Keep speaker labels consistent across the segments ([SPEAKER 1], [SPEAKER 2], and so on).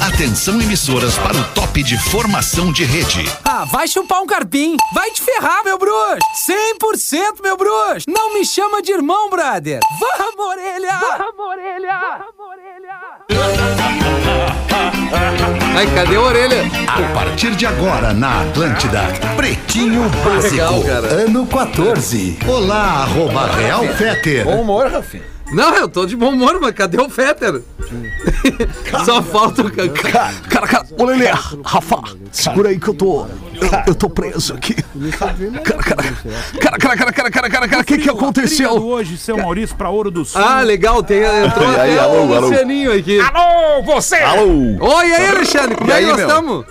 [SPEAKER 1] Atenção emissoras para o top de formação de rede.
[SPEAKER 2] Ah, vai chupar um carpim. Vai te ferrar, meu bruxo. 100% meu bruxo. Não me chama de irmão, brother. Vamos, orelha. Vamos, orelha. Vamos, orelha.
[SPEAKER 3] Ai, cadê a orelha?
[SPEAKER 1] A partir de agora na Atlântida, Pretinho Básico,
[SPEAKER 3] Legal, cara.
[SPEAKER 1] ano 14. Olá, arroba Real Feter.
[SPEAKER 4] Bom humor, Rafinha.
[SPEAKER 3] Não, eu tô de bom humor, mas cadê o Fetter? Só falta o ca- ca-
[SPEAKER 5] Cara, cara, ô Lelê, Rafa, segura aí que eu tô. Eu, eu tô preso aqui. Cara, cara, cara, cara, cara, cara, cara, cara, cara, o que que
[SPEAKER 6] Obrigado
[SPEAKER 5] aconteceu?
[SPEAKER 6] hoje, seu Maurício, pra Ouro do Sul.
[SPEAKER 3] Ah, legal, tem, entrou
[SPEAKER 4] Ai,
[SPEAKER 3] até
[SPEAKER 4] ai, alô,
[SPEAKER 3] o
[SPEAKER 4] alô.
[SPEAKER 3] Lucianinho aqui.
[SPEAKER 6] Alô, você!
[SPEAKER 4] Ah, Alô!
[SPEAKER 3] Oi, aí, Alexandre, como
[SPEAKER 4] E
[SPEAKER 3] é que
[SPEAKER 4] aí,
[SPEAKER 3] nós
[SPEAKER 4] meu?
[SPEAKER 3] estamos?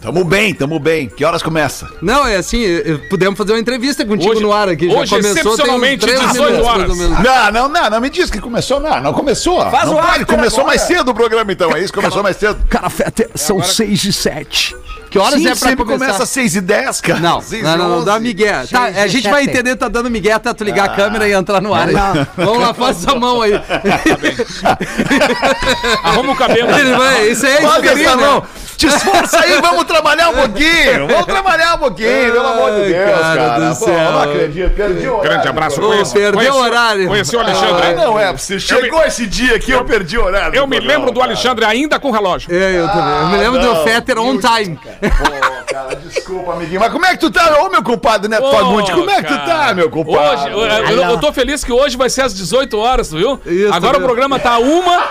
[SPEAKER 4] Tamo bem, tamo bem. Que horas começa?
[SPEAKER 3] Não, é assim, eh, pudemos fazer uma entrevista contigo
[SPEAKER 7] Hoje-
[SPEAKER 3] no ar aqui.
[SPEAKER 7] hoje, excepcionalmente, 18 horas.
[SPEAKER 5] Tá.
[SPEAKER 4] Não, não, não, não me diz que começou, não, não começou. Faz não
[SPEAKER 6] o
[SPEAKER 4] pode,
[SPEAKER 6] after
[SPEAKER 4] começou
[SPEAKER 6] agora.
[SPEAKER 4] mais cedo o programa então, é isso? Começou mais cedo.
[SPEAKER 5] Cara, Fete, são seis e sete.
[SPEAKER 3] Que horas
[SPEAKER 4] Sim,
[SPEAKER 3] é pra
[SPEAKER 4] sempre
[SPEAKER 3] começar?
[SPEAKER 4] começa às 6 e 10 cara.
[SPEAKER 3] Não,
[SPEAKER 4] Seis
[SPEAKER 3] não,
[SPEAKER 4] e
[SPEAKER 3] não, não, dá
[SPEAKER 4] onze.
[SPEAKER 3] migué. Tá, a gente vai entender, tá dando migué até tu ligar a câmera e entrar no ar. aí. Vamos lá, faz a mão aí.
[SPEAKER 7] Arruma o cabelo.
[SPEAKER 3] Ele vai, isso aí é
[SPEAKER 4] Olha
[SPEAKER 3] esperia,
[SPEAKER 4] essa
[SPEAKER 3] né?
[SPEAKER 4] mão. Te esforça aí, vamos trabalhar um pouquinho. Vamos trabalhar um pouquinho, pelo amor de
[SPEAKER 3] É. Ai,
[SPEAKER 4] Deus,
[SPEAKER 3] cara
[SPEAKER 4] cara.
[SPEAKER 3] do
[SPEAKER 4] Pô,
[SPEAKER 3] céu.
[SPEAKER 4] não acredito, perdi o horário.
[SPEAKER 7] Grande abraço.
[SPEAKER 3] Ô, perdeu o horário.
[SPEAKER 7] Conheci o
[SPEAKER 4] Ah,
[SPEAKER 7] Alexandre.
[SPEAKER 4] não é, possível. chegou esse dia aqui, eu perdi o horário.
[SPEAKER 7] Eu me lembro do
[SPEAKER 4] programa,
[SPEAKER 7] Alexandre ainda com o relógio.
[SPEAKER 3] É, eu também. Eu me lembro do
[SPEAKER 4] não.
[SPEAKER 3] Fetter on time.
[SPEAKER 4] Pô, cara, desculpa, amiguinho. Mas como é que tu tá? Ô, meu compadre Neto Fagundes, como é que tu tá, meu compadre?
[SPEAKER 7] Hoje, eu, eu- eu tô feliz que hoje vai ser às 18 horas, tu viu?
[SPEAKER 3] Isso,
[SPEAKER 7] Agora
[SPEAKER 3] meu.
[SPEAKER 7] o programa tá uma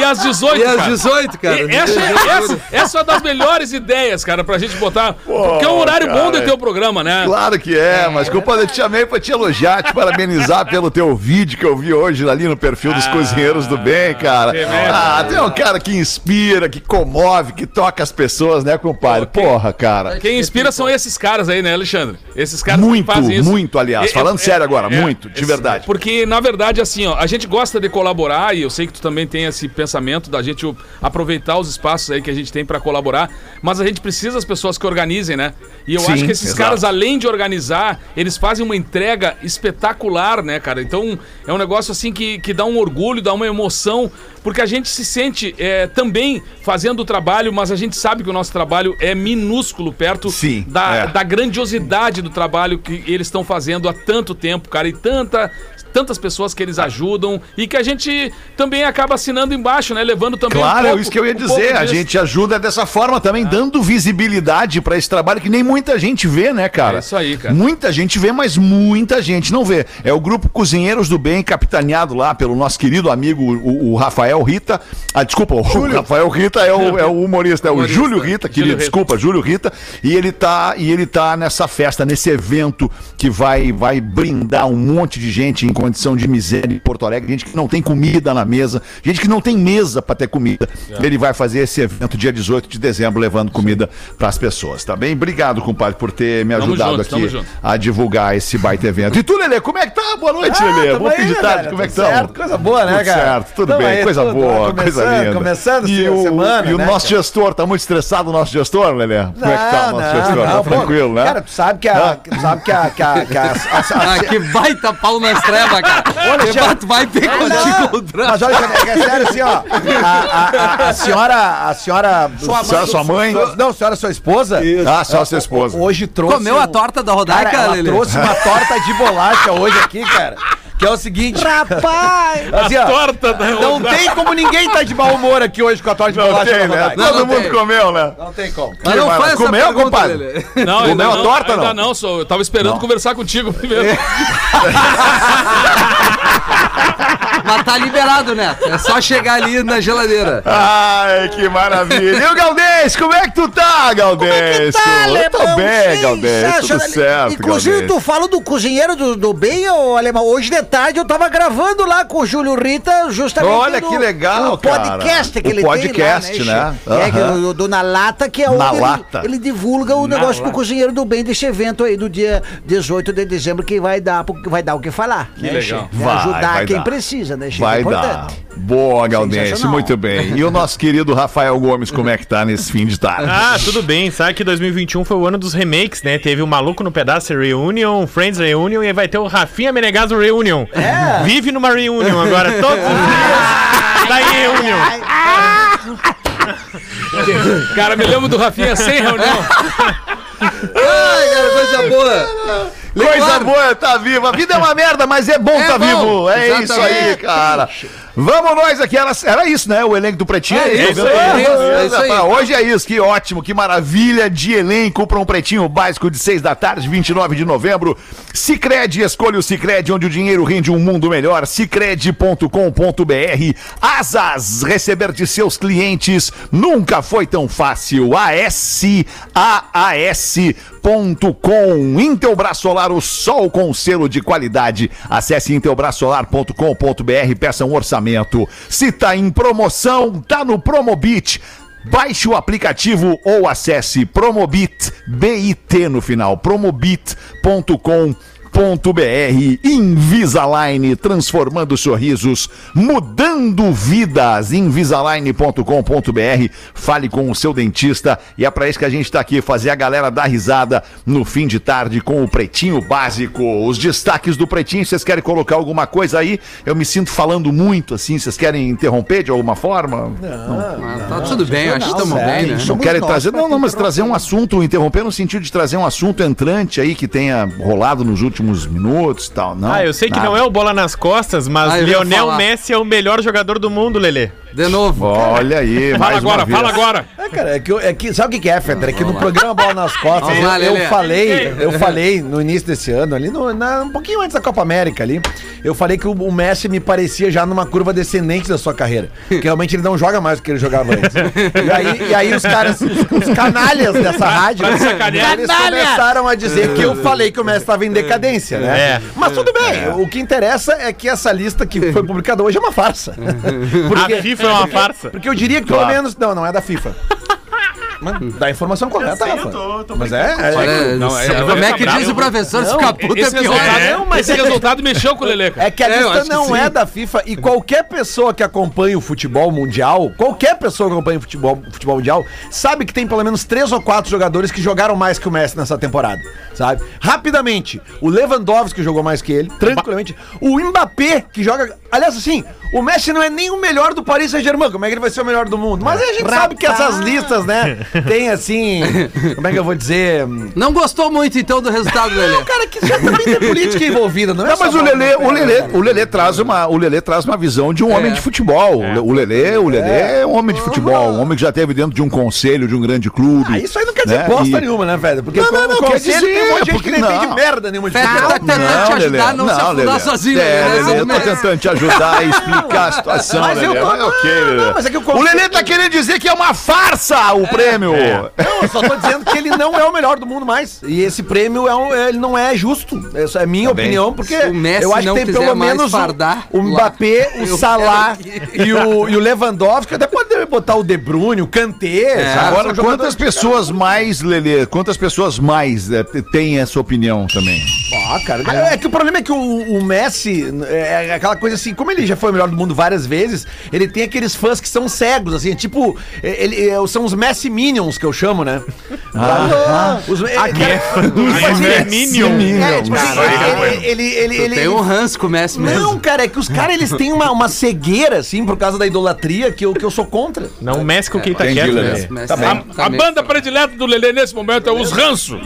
[SPEAKER 7] e às 18,
[SPEAKER 3] E às
[SPEAKER 7] cara.
[SPEAKER 3] 18, cara.
[SPEAKER 7] E Essa, é essa, essa é uma das melhores ideias, cara, pra gente botar. Porque é um horário bom do
[SPEAKER 4] cara.
[SPEAKER 7] teu programa, né?
[SPEAKER 4] Claro que é, mas compadre, eu te chamei pra te elogiar, te parabenizar pelo teu vídeo que eu vi hoje ali no perfil dos Cozinheiros do Bem, cara.
[SPEAKER 7] que merda.
[SPEAKER 4] Ah, tem um cara que inspira, que comove, que toca as pessoas, né, compadre? Porra, cara.
[SPEAKER 7] Quem inspira são esses caras aí, né, Alexandre? Esses caras
[SPEAKER 4] Muito,
[SPEAKER 7] que fazem isso.
[SPEAKER 4] muito, aliás.
[SPEAKER 7] É,
[SPEAKER 4] Falando
[SPEAKER 7] é,
[SPEAKER 4] sério agora,
[SPEAKER 7] é,
[SPEAKER 4] muito, de
[SPEAKER 7] é,
[SPEAKER 4] verdade.
[SPEAKER 7] Porque, na verdade, assim, ó, a gente gosta de colaborar e eu sei que tu também tem esse pensamento da gente o- aproveitar os espaços aí que a gente tem pra colaborar, mas a gente precisa das pessoas que organizem, né? E eu
[SPEAKER 4] Sim,
[SPEAKER 7] acho que esses
[SPEAKER 4] exato.
[SPEAKER 7] caras, além de organizar, eles fazem uma entrega espetacular, né, cara? Então, é um negócio assim que, que dá um orgulho, dá uma emoção, porque a gente se sente é, também fazendo o trabalho, mas a gente sabe que o nosso trabalho é minúsculo perto
[SPEAKER 4] Sim,
[SPEAKER 7] da,
[SPEAKER 4] é.
[SPEAKER 7] da grandiosidade do trabalho que eles estão fazendo há tanto tempo, cara, e tanta, tantas pessoas que
[SPEAKER 4] Ah.
[SPEAKER 7] eles ajudam e que a gente também acaba assinando embaixo, né? Levando também.
[SPEAKER 4] Claro,
[SPEAKER 7] pouco-
[SPEAKER 4] é isso que eu ia
[SPEAKER 7] um pouco
[SPEAKER 4] dizer. a
[SPEAKER 7] disso. É.
[SPEAKER 4] gente ajuda dessa forma também, dando visibilidade pra esse trabalho que nem muita gente vê, né, cara?
[SPEAKER 7] É isso aí, cara.
[SPEAKER 4] Muita gente vê, mas muita gente não vê. É o grupo Cozinheiros do Bem, capitaneado lá pelo nosso querido amigo, o, o Rafael Rita. Ah, desculpa, o Rafael Rita é o, é o humorista, é o
[SPEAKER 3] Humorista.
[SPEAKER 4] Júlio Rita, querido,
[SPEAKER 7] Júlio Rita.
[SPEAKER 4] desculpa, Júlio Rita. E ele tá, e ele tá nessa festa, nesse evento que vai, vai brindar um monte de gente em condição de miséria em Porto Alegre, gente que não tem comida na mesa, gente que não tem mesa pra ter comida.
[SPEAKER 7] É.
[SPEAKER 4] Ele vai fazer esse evento dia 18 de dezembro, levando comida pras pessoas, tá bem? Obrigado, compadre, por ter me
[SPEAKER 7] Tamo
[SPEAKER 4] ajudado
[SPEAKER 7] junto, tamo
[SPEAKER 4] aqui
[SPEAKER 7] junto.
[SPEAKER 4] a divulgar esse baita evento. E tu, Lelê, como é que tá? Boa
[SPEAKER 6] Ah,
[SPEAKER 4] noite, Lelê. Bom fim de tarde, como é que tá?
[SPEAKER 6] né, Certo, coisa boa, né,
[SPEAKER 4] Tudo
[SPEAKER 6] cara?
[SPEAKER 4] Certo, tudo
[SPEAKER 6] Tamo
[SPEAKER 4] bem,
[SPEAKER 6] aí,
[SPEAKER 4] coisa
[SPEAKER 6] tudo,
[SPEAKER 4] boa,
[SPEAKER 6] começando-
[SPEAKER 4] coisa linda.
[SPEAKER 6] começando
[SPEAKER 4] e
[SPEAKER 6] a
[SPEAKER 4] o,
[SPEAKER 6] semana,
[SPEAKER 4] E o
[SPEAKER 6] né,
[SPEAKER 4] nosso gestor, tá muito estressado o nosso gestor, Lelé? Como é que tá o nosso gestor? tá
[SPEAKER 6] pô,
[SPEAKER 4] tranquilo, né?
[SPEAKER 6] Cara, tu sabe que a. Tu sabe que a. Que a, que a, a-
[SPEAKER 3] Ah, que baita pau nas trevas, cara. Olha, tu vai ter quando te encontrar.
[SPEAKER 6] mas olha, é sério assim, ó. A, a- a- a senhora. A senhora. Sua
[SPEAKER 4] senhora, sua mãe?
[SPEAKER 6] Não, senhora, sua esposa?
[SPEAKER 4] Ah, só a sua esposa.
[SPEAKER 6] Hoje trouxe. um-
[SPEAKER 3] Comeu a torta da rodaica,
[SPEAKER 6] Cara, ela
[SPEAKER 3] Lelê?
[SPEAKER 6] trouxe uma torta de bolacha hoje aqui, cara. Que é o seguinte. Rapaz! Assim, ó,
[SPEAKER 7] Torta né, da
[SPEAKER 6] não tem como ninguém tá de mau humor aqui hoje com a torta de
[SPEAKER 4] Não
[SPEAKER 6] bolacha.
[SPEAKER 4] tem,
[SPEAKER 6] na
[SPEAKER 4] né?
[SPEAKER 6] rodada.
[SPEAKER 3] Não,
[SPEAKER 4] Todo
[SPEAKER 3] não
[SPEAKER 4] mundo
[SPEAKER 3] tem.
[SPEAKER 4] comeu, né?
[SPEAKER 6] Não tem como.
[SPEAKER 3] Mas não
[SPEAKER 4] Maravilha.
[SPEAKER 3] faz essa
[SPEAKER 4] Comeu,
[SPEAKER 3] pergunta,
[SPEAKER 4] compadre?
[SPEAKER 3] Lelê.
[SPEAKER 7] Não, ainda
[SPEAKER 4] Comeu a
[SPEAKER 7] não,
[SPEAKER 4] é torta,
[SPEAKER 7] ainda
[SPEAKER 4] não? É.
[SPEAKER 7] não, sou, eu tava esperando conversar contigo primeiro.
[SPEAKER 3] Mas tá liberado, Neto. É só chegar ali na geladeira.
[SPEAKER 4] Ai, que maravilha. E o Galdês, como é que tu tá, Galdês? Eu tô tá bem, Galdês, tudo certo,
[SPEAKER 8] Inclusive,
[SPEAKER 4] Galdês.
[SPEAKER 8] tu fala do cozinheiro do, do bem, ô alemão. Hoje de tarde eu tava gravando lá com o Júlio Rita, justamente.
[SPEAKER 4] Olha
[SPEAKER 8] do-
[SPEAKER 4] que legal,
[SPEAKER 8] do podcast
[SPEAKER 4] cara.
[SPEAKER 8] que
[SPEAKER 4] O
[SPEAKER 8] ele
[SPEAKER 4] podcast,
[SPEAKER 8] tem.
[SPEAKER 4] né?
[SPEAKER 8] Che? É, que
[SPEAKER 4] Aham.
[SPEAKER 8] do, do Na Lata, que é onde
[SPEAKER 4] Na
[SPEAKER 8] ele,
[SPEAKER 4] Lata.
[SPEAKER 8] ele divulga o negócio do cozinheiro do bem desse evento aí do dia 18 de dezembro, que vai dar, vai dar o que falar. Que
[SPEAKER 7] legal.
[SPEAKER 4] Vai,
[SPEAKER 8] ajudar
[SPEAKER 4] vai
[SPEAKER 8] quem
[SPEAKER 4] dar.
[SPEAKER 8] precisa, né, Che?
[SPEAKER 4] Vai
[SPEAKER 8] É
[SPEAKER 4] dar.
[SPEAKER 8] importante.
[SPEAKER 4] Boa, Galdense,
[SPEAKER 8] Sensacional.
[SPEAKER 4] muito bem. E o nosso querido Rafael Gomes, como é que tá nesse fim de tarde?
[SPEAKER 9] Ah, tudo bem. Sabe que 2021 foi o ano dos remakes, né? Teve o Maluco no Pedaço Reunion, Friends Reunion e aí vai ter o Rafinha Menegaso Reunion. É. Vive numa reunion agora, todos os dias tá em reunion.
[SPEAKER 7] Cara, me lembro do Rafinha sem reunião.
[SPEAKER 3] Ai, cara, coisa boa.
[SPEAKER 4] Coisa
[SPEAKER 3] Leonardo.
[SPEAKER 4] boa, tá vivo. A vida é uma merda, mas é bom
[SPEAKER 3] É
[SPEAKER 4] tá
[SPEAKER 3] bom.
[SPEAKER 4] vivo. É
[SPEAKER 3] Exatamente.
[SPEAKER 4] isso aí, cara. Vamos nós aqui. Era, era isso, né? O elenco do Pretinho.
[SPEAKER 3] É isso
[SPEAKER 4] né?
[SPEAKER 3] aí, é isso, é isso aí.
[SPEAKER 4] Ah, Hoje é isso. Que ótimo, que maravilha de elenco para um Pretinho Básico de 6 da tarde, 29 de novembro. Cicred, escolha o Cicred, onde o dinheiro rende um mundo melhor. Cicred.com.br. Asas, receber de seus clientes nunca foi tão fácil. ASAAS. Com Intelbras Solar, o sol com selo de qualidade. Acesse intelbrasolar.com.br, peça um orçamento. Se tá em promoção, tá no Promobit. Baixe o aplicativo ou acesse Promobit, B-I-T no final, promobit.com.br. Invisalign, transformando sorrisos, mudando vidas. Invisalign.com.br. Fale com o seu dentista. E é pra isso que a gente tá aqui, fazer a galera dar risada no fim de tarde com o Pretinho Básico. Os destaques do Pretinho, vocês querem colocar alguma coisa aí? Eu me sinto falando muito assim, vocês querem interromper de alguma forma?
[SPEAKER 3] Tá tudo bem, eu acho que estamos bem, né?
[SPEAKER 4] Não querem trazer, não, não, mas trazer um assunto, interromper no sentido de trazer um assunto entrante aí que tenha rolado nos últimos minutos e tal, não.
[SPEAKER 9] Ah, eu sei que não é o bola nas costas, mas
[SPEAKER 3] Ah, eu ia
[SPEAKER 9] Lionel
[SPEAKER 3] falar.
[SPEAKER 9] Messi é o melhor jogador do mundo, Lelê.
[SPEAKER 3] De novo.
[SPEAKER 4] Olha aí, mais
[SPEAKER 7] Fala agora,
[SPEAKER 4] uma vez.
[SPEAKER 7] fala agora.
[SPEAKER 6] É, cara, é que, eu- é que- sabe o que que é, Fetter? É que no programa Bola nas Costas,
[SPEAKER 3] Vamos
[SPEAKER 6] eu,
[SPEAKER 3] lá,
[SPEAKER 6] eu
[SPEAKER 3] Lelê.
[SPEAKER 6] falei, eu falei no início desse ano, ali no, na- um pouquinho antes da Copa América ali, eu falei que o, o Messi me parecia já numa curva descendente da sua carreira. Que realmente ele não joga mais do que ele jogava antes. E aí, e aí os caras, os canalhas dessa rádio,
[SPEAKER 7] pra sacanear.
[SPEAKER 6] eles começaram a dizer que eu falei que o Messi estava em decadência, né?
[SPEAKER 9] É.
[SPEAKER 6] Mas tudo bem, o que interessa é que essa lista que foi publicada hoje é uma farsa.
[SPEAKER 9] A FIFA é uma farsa.
[SPEAKER 6] Porque eu diria que pelo menos. Não, não é da FIFA. Mas dá a informação correta, Rafa. Mas é. é-
[SPEAKER 3] Olha,
[SPEAKER 7] Não, é-
[SPEAKER 3] como é que
[SPEAKER 7] tá
[SPEAKER 3] diz
[SPEAKER 7] bravo.
[SPEAKER 3] o professor? Se ficar puto é
[SPEAKER 7] Esse
[SPEAKER 3] pior.
[SPEAKER 7] resultado,
[SPEAKER 9] É,
[SPEAKER 7] esse resultado mexeu com o Lelê, cara.
[SPEAKER 6] É que a
[SPEAKER 3] É, eu
[SPEAKER 6] lista
[SPEAKER 3] acho que
[SPEAKER 6] não é
[SPEAKER 3] sim.
[SPEAKER 6] da FIFA e qualquer pessoa que acompanha o futebol mundial, qualquer pessoa que acompanha o futebol, futebol mundial, sabe que tem pelo menos três ou quatro jogadores que jogaram mais que o Messi nessa temporada, sabe? Rapidamente, o Lewandowski jogou mais que ele, tranquilamente. O Mbappé, que joga. Aliás, assim, o Messi não é nem o melhor do Paris Saint-Germain, como é que ele vai ser o melhor do mundo? Mas a gente sabe que essas listas, né, tem assim. Como é que eu vou dizer?
[SPEAKER 3] Não gostou muito, então, do resultado, Lelê?
[SPEAKER 6] É um Cara, que já também tem política envolvida, não é?
[SPEAKER 4] Não,
[SPEAKER 6] só
[SPEAKER 4] mas o
[SPEAKER 6] bola,
[SPEAKER 4] Lelê,
[SPEAKER 6] né?
[SPEAKER 4] o Lelê,
[SPEAKER 9] Tá
[SPEAKER 4] o Lelê traz uma, o Lelê traz uma visão de um
[SPEAKER 9] É.
[SPEAKER 4] homem de futebol. O Lelê, o Lelê é um homem de futebol, um homem que já esteve dentro de um conselho de um grande clube.
[SPEAKER 6] Ah, isso aí não quer dizer
[SPEAKER 4] né?
[SPEAKER 6] bosta
[SPEAKER 4] E-
[SPEAKER 6] nenhuma, né, velho? Porque
[SPEAKER 4] Não, não, não,
[SPEAKER 6] como
[SPEAKER 4] quer
[SPEAKER 6] conselho
[SPEAKER 4] dizer,
[SPEAKER 6] tem um monte de gente
[SPEAKER 4] porque
[SPEAKER 6] que não entende
[SPEAKER 4] não.
[SPEAKER 6] merda nenhuma de
[SPEAKER 3] Fede,
[SPEAKER 6] futebol.
[SPEAKER 3] tá tentando te ajudar, não, se afundar
[SPEAKER 4] Lelê.
[SPEAKER 3] sozinho.
[SPEAKER 4] É,
[SPEAKER 3] né?
[SPEAKER 4] Lelê, eu tô
[SPEAKER 3] Mas-
[SPEAKER 4] tentando te ajudar a explicar a situação,
[SPEAKER 6] Mas eu
[SPEAKER 4] Lelê.
[SPEAKER 6] tô-
[SPEAKER 4] Mas ok,
[SPEAKER 6] não,
[SPEAKER 4] Lelê.
[SPEAKER 6] não, mas é que o
[SPEAKER 4] O Lelê tá querendo dizer que é uma farsa o prêmio.
[SPEAKER 6] Não, eu só tô dizendo que ele não é o melhor do mundo mais. E esse prêmio é um- ele não é justo. Essa é a minha
[SPEAKER 4] Tá bem.
[SPEAKER 6] opinião, porque
[SPEAKER 3] Se o Messi
[SPEAKER 6] eu acho
[SPEAKER 3] não
[SPEAKER 6] que tem
[SPEAKER 3] quiser
[SPEAKER 6] pelo
[SPEAKER 3] mais
[SPEAKER 6] menos o-
[SPEAKER 3] fardar
[SPEAKER 6] o
[SPEAKER 3] lá,
[SPEAKER 6] Mbappé, o
[SPEAKER 3] eu
[SPEAKER 6] Salah
[SPEAKER 3] quero
[SPEAKER 6] e o, e o Lewandowski. Até pode botar o De Bruyne, o Kanté.
[SPEAKER 3] É.
[SPEAKER 4] Agora,
[SPEAKER 6] sabe? São jogadores-
[SPEAKER 4] quantas pessoas mais, Lelê, quantas pessoas mais eh, te- têm essa opinião também?
[SPEAKER 6] Ah, cara. É que o problema é que o, o Messi é aquela coisa assim, como ele já foi o melhor do mundo várias vezes, ele tem aqueles fãs que são cegos, assim, é tipo, ele, é, são os Messi Minions que eu chamo, né? Ah, os, a guerra dos É, tipo, assim, ele, ele, ele, ele,
[SPEAKER 3] Tem um ranço com o Messi mesmo.
[SPEAKER 6] Não, cara, é que os caras eles têm uma, uma cegueira, assim, por causa da idolatria que eu, que eu sou contra.
[SPEAKER 9] Não mexe com quem tá
[SPEAKER 4] Entendi,
[SPEAKER 9] quieto,
[SPEAKER 4] Lelê.
[SPEAKER 9] Lelê.
[SPEAKER 3] Messi,
[SPEAKER 4] Tá bem.
[SPEAKER 3] Messi,
[SPEAKER 7] É. A
[SPEAKER 3] Messi.
[SPEAKER 7] banda predileta do Lelê nesse momento é os ranço.